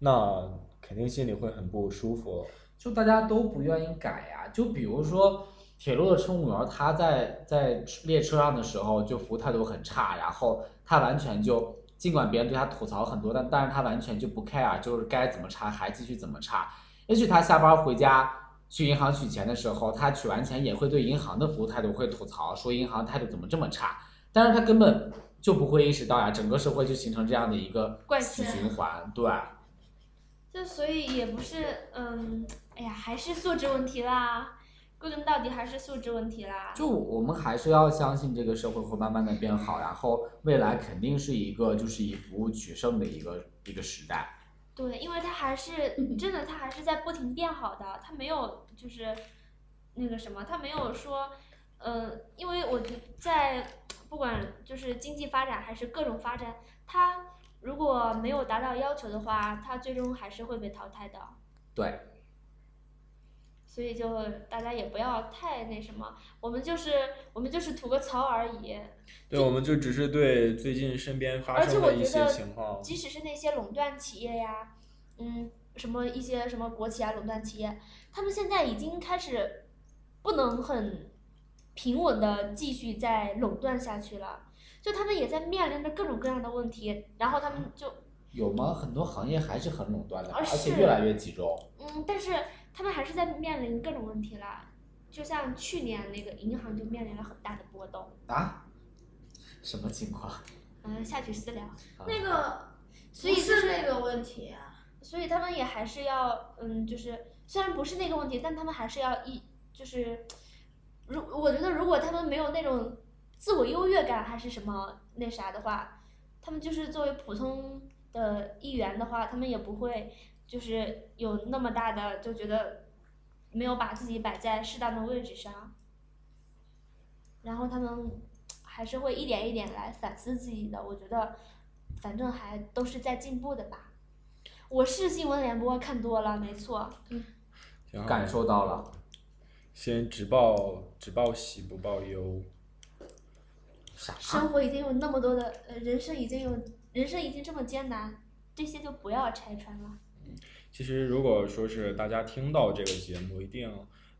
[SPEAKER 4] 那肯定心里会很不舒服。
[SPEAKER 7] 就大家都不愿意改呀、就比如说铁路的乘务员，他在在列车上的时候就服务态度很差，然后他完全就尽管别人对他吐槽很多，但但是他完全就不 care，就是啊该怎么查还继续怎么查。也许他下班回家去银行取钱的时候，他取完钱也会对银行的服务态度会吐槽，说银行态度怎么这么差，但是他根本就不会意识到呀，整个社会就形成这样的一个
[SPEAKER 6] 怪
[SPEAKER 7] 死
[SPEAKER 6] 圈
[SPEAKER 7] 循环，对。
[SPEAKER 6] 就所以也不是，嗯，哎呀，还是素质问题啦，归根到底还是素质问题啦。
[SPEAKER 7] 就我们还是要相信这个社会会慢慢的变好，然后未来肯定是一个就是以服务取胜的一个一个时代。
[SPEAKER 6] 对，因为它还是真的，它还是在不停变好的，它没有就是那个什么，它没有说，呃，因为我觉在不管就是经济发展还是各种发展，它如果没有达到要求的话，它最终还是会被淘汰的。
[SPEAKER 7] 对，
[SPEAKER 6] 所以就大家也不要太那什么，我们就是我们就是吐个槽而已。
[SPEAKER 4] 对，我们就只是对最近身边发
[SPEAKER 6] 而且
[SPEAKER 4] 生
[SPEAKER 6] 我
[SPEAKER 4] 的一
[SPEAKER 6] 觉
[SPEAKER 4] 些
[SPEAKER 6] 得
[SPEAKER 4] 情况，，
[SPEAKER 6] 即使是那些垄断企业呀，嗯，什么一些什么国企啊，垄断企业，他们现在已经开始不能很平稳的继续再垄断下去了，就他们也在面临着各种各样的问题，然后他们就
[SPEAKER 7] 有吗？很多行业还是很垄断的，
[SPEAKER 6] 啊
[SPEAKER 7] 而且
[SPEAKER 6] 是
[SPEAKER 7] 越来越集中。
[SPEAKER 6] 嗯，但是他们还是在面临各种问题啦。就像去年那个银行就面临了很大的波动，
[SPEAKER 7] 啊？什么情况？
[SPEAKER 6] 嗯，下去私聊。
[SPEAKER 5] 啊
[SPEAKER 8] 那个，
[SPEAKER 6] 所以
[SPEAKER 8] 不
[SPEAKER 6] 就是
[SPEAKER 8] 是那个问题啊。
[SPEAKER 6] 所以他们也还是要，嗯，就是虽然不是那个问题，但他们还是要一就是，如我觉得如果他们没有那种自我优越感还是什么那啥的话，他们就是作为普通的一员的话，他们也不会就是有那么大的就觉得没有把自己摆在适当的位置上，然后他们还是会一点一点来反思自己的。我觉得，反正还都是在进步的吧。我是新闻联播看多了，没错，
[SPEAKER 4] 啊挺好
[SPEAKER 7] 感受到了。
[SPEAKER 4] 先只报只报喜不报忧，
[SPEAKER 6] 生活已经有那么多的，呃，人生已经有，人生已经这么艰难，这些就不要拆穿了。
[SPEAKER 4] 其实如果说是大家听到这个节目，一定，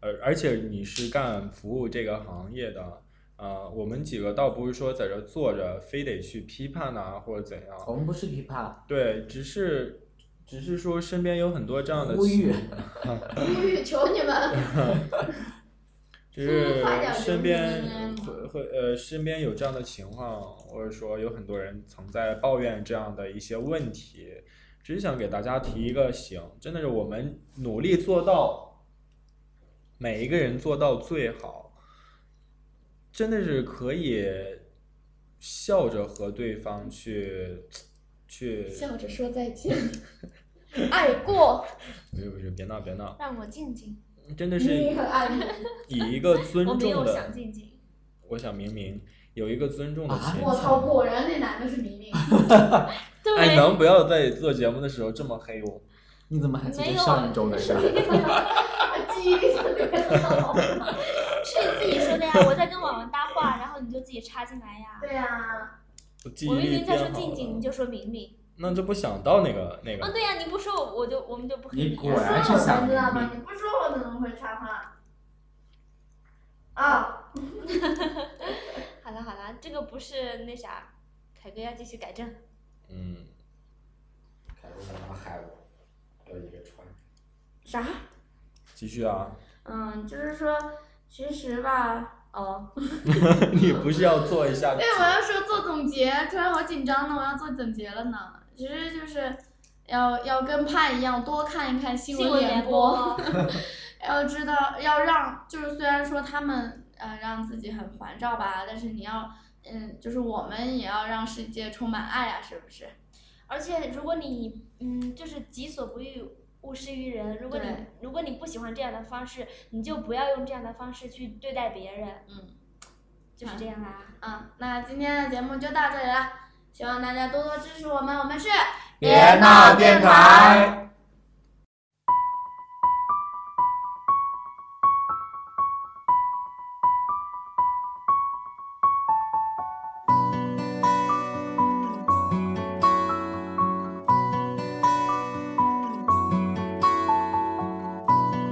[SPEAKER 4] 呃，而且你是干服务这个行业的，呃，我们几个倒不是说在这坐着非得去批判呐、或者怎样，
[SPEAKER 7] 我们不是批判，
[SPEAKER 4] 对，只是只是说身边有很多这样的
[SPEAKER 7] 呼吁
[SPEAKER 4] 情
[SPEAKER 5] 呼吁求你们，
[SPEAKER 4] 就是
[SPEAKER 5] 快点
[SPEAKER 4] 身
[SPEAKER 5] 就
[SPEAKER 4] 边
[SPEAKER 5] 是
[SPEAKER 4] 会会呃，身边有这样的情况，或者说有很多人曾在抱怨这样的一些问题，只是想给大家提一个醒，真的是我们努力做到，每一个人做到最好，真的是可以笑着和对方去去，
[SPEAKER 5] 笑着说再见， 爱过，
[SPEAKER 4] 不是不哎是，别闹别闹，
[SPEAKER 6] 让我静静，
[SPEAKER 4] 真的是
[SPEAKER 5] 你很爱 你，
[SPEAKER 4] 以一个 尊
[SPEAKER 6] 我没
[SPEAKER 4] 重
[SPEAKER 6] 有
[SPEAKER 4] 的，
[SPEAKER 6] 想静静。
[SPEAKER 4] 我想明明有一个尊重的
[SPEAKER 7] 啊
[SPEAKER 4] 前提。
[SPEAKER 5] 我操，果然那男的是 明明，
[SPEAKER 4] 哎，
[SPEAKER 6] 对，
[SPEAKER 4] 能不要在做节目的时候这么黑我？
[SPEAKER 7] 你怎么还记
[SPEAKER 6] 没
[SPEAKER 7] 得
[SPEAKER 6] 有
[SPEAKER 7] 上一周的事 儿？
[SPEAKER 5] 记忆力特别 好。
[SPEAKER 6] 是你自己说的呀，我在跟网文搭话，然后你就自己插进来呀。
[SPEAKER 5] 对啊呀、
[SPEAKER 4] 我记忆
[SPEAKER 6] 我明
[SPEAKER 4] 力
[SPEAKER 6] 明在
[SPEAKER 4] 变
[SPEAKER 6] 说
[SPEAKER 4] 好
[SPEAKER 6] 静静，你
[SPEAKER 4] 了，
[SPEAKER 6] 就说明明。
[SPEAKER 4] 那就不想到那个那
[SPEAKER 6] 啊，
[SPEAKER 4] 个。
[SPEAKER 6] 对呀、你不说我我就我们就不黑
[SPEAKER 7] 你 果
[SPEAKER 5] 说
[SPEAKER 7] 然是
[SPEAKER 5] 我
[SPEAKER 7] 想
[SPEAKER 5] 才知道
[SPEAKER 7] 明
[SPEAKER 5] 吧？
[SPEAKER 7] 明
[SPEAKER 5] 你不说我怎么会插话？啊、
[SPEAKER 6] 好了好了，这个不是那啥，凯哥要继续改正。
[SPEAKER 4] 嗯，
[SPEAKER 7] 凯哥他妈害我，我一个穿。
[SPEAKER 5] 啥？
[SPEAKER 4] 继续啊，
[SPEAKER 5] 嗯，就是说，其实吧，哦，
[SPEAKER 4] 你不是要做一下？
[SPEAKER 5] 对，我要说做总结，突然好紧张呢，我要做总结了呢。其实就是要要跟派一样，多看一看新
[SPEAKER 6] 新
[SPEAKER 5] 闻
[SPEAKER 6] 闻
[SPEAKER 5] 联
[SPEAKER 6] 联
[SPEAKER 5] 播，
[SPEAKER 6] 播，
[SPEAKER 5] 要知道要让，就是虽然说他们呃让自己很烦躁吧，但是你要。嗯，就是我们也要让世界充满爱呀、是不是？
[SPEAKER 6] 而且如果你嗯，就是己所不欲，勿施于人。如果你
[SPEAKER 5] 对
[SPEAKER 6] 如果你不喜欢这样的方式，你就不要用这样的方式去对待别人，
[SPEAKER 5] 嗯
[SPEAKER 6] 就是这样啦、
[SPEAKER 5] 嗯，那今天的节目就到这里了，希望大家多多支持我们，我们是
[SPEAKER 4] 别闹电台。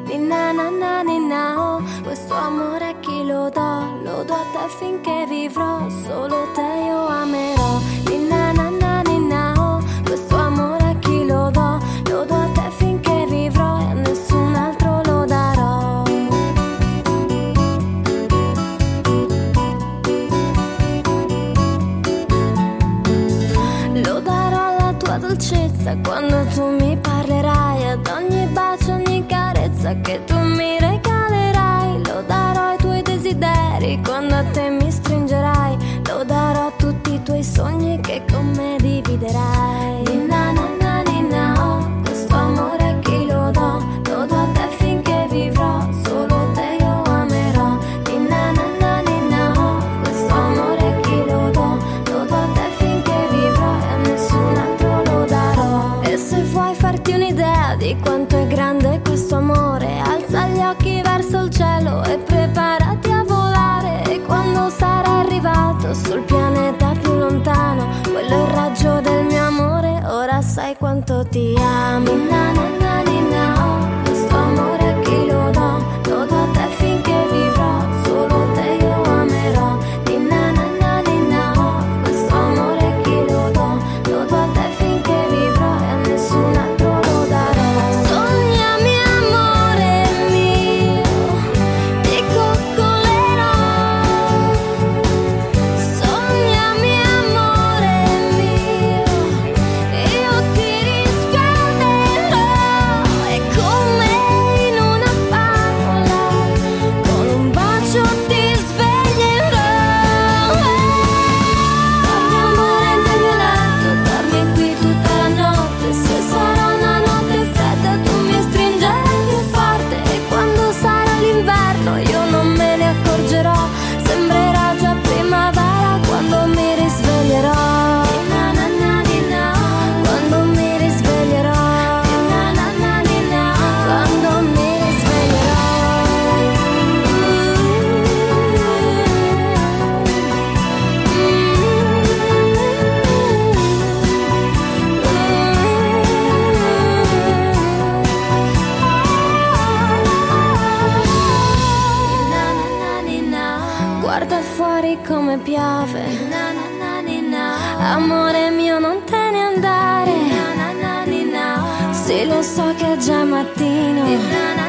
[SPEAKER 9] Di na na na ni na, oh. questo amore a chi lo do? Lo do a te finché vivrò, solo te io amerò. Di na na na ni na, oh. questo amore a chi lo do? Lo do a te finché vivrò e a nessun altro lo darò. Lo darò alla tua dolcezza quando tu mi parlerai ad ogni bacio, ogni carezza che tu mi regalerai. Lo darò ai tuoi desideri quando a te mi stringerai. Lo darò a tutti i tuoi sogni che con me dividerai. Di na na na di na, oh, questo amore a chi lo do? Lo do a te finché vivrò, solo te io amerò. Di na na na di na, oh, questo amore a chi lo do? Lo do a te finché vivrò e a nessun altro lo darò. E se vuoi farti un'idea di quanto è grande questo amore, alza come piove. Amore mio, non te ne andare. Sì, lo so che è già mattino.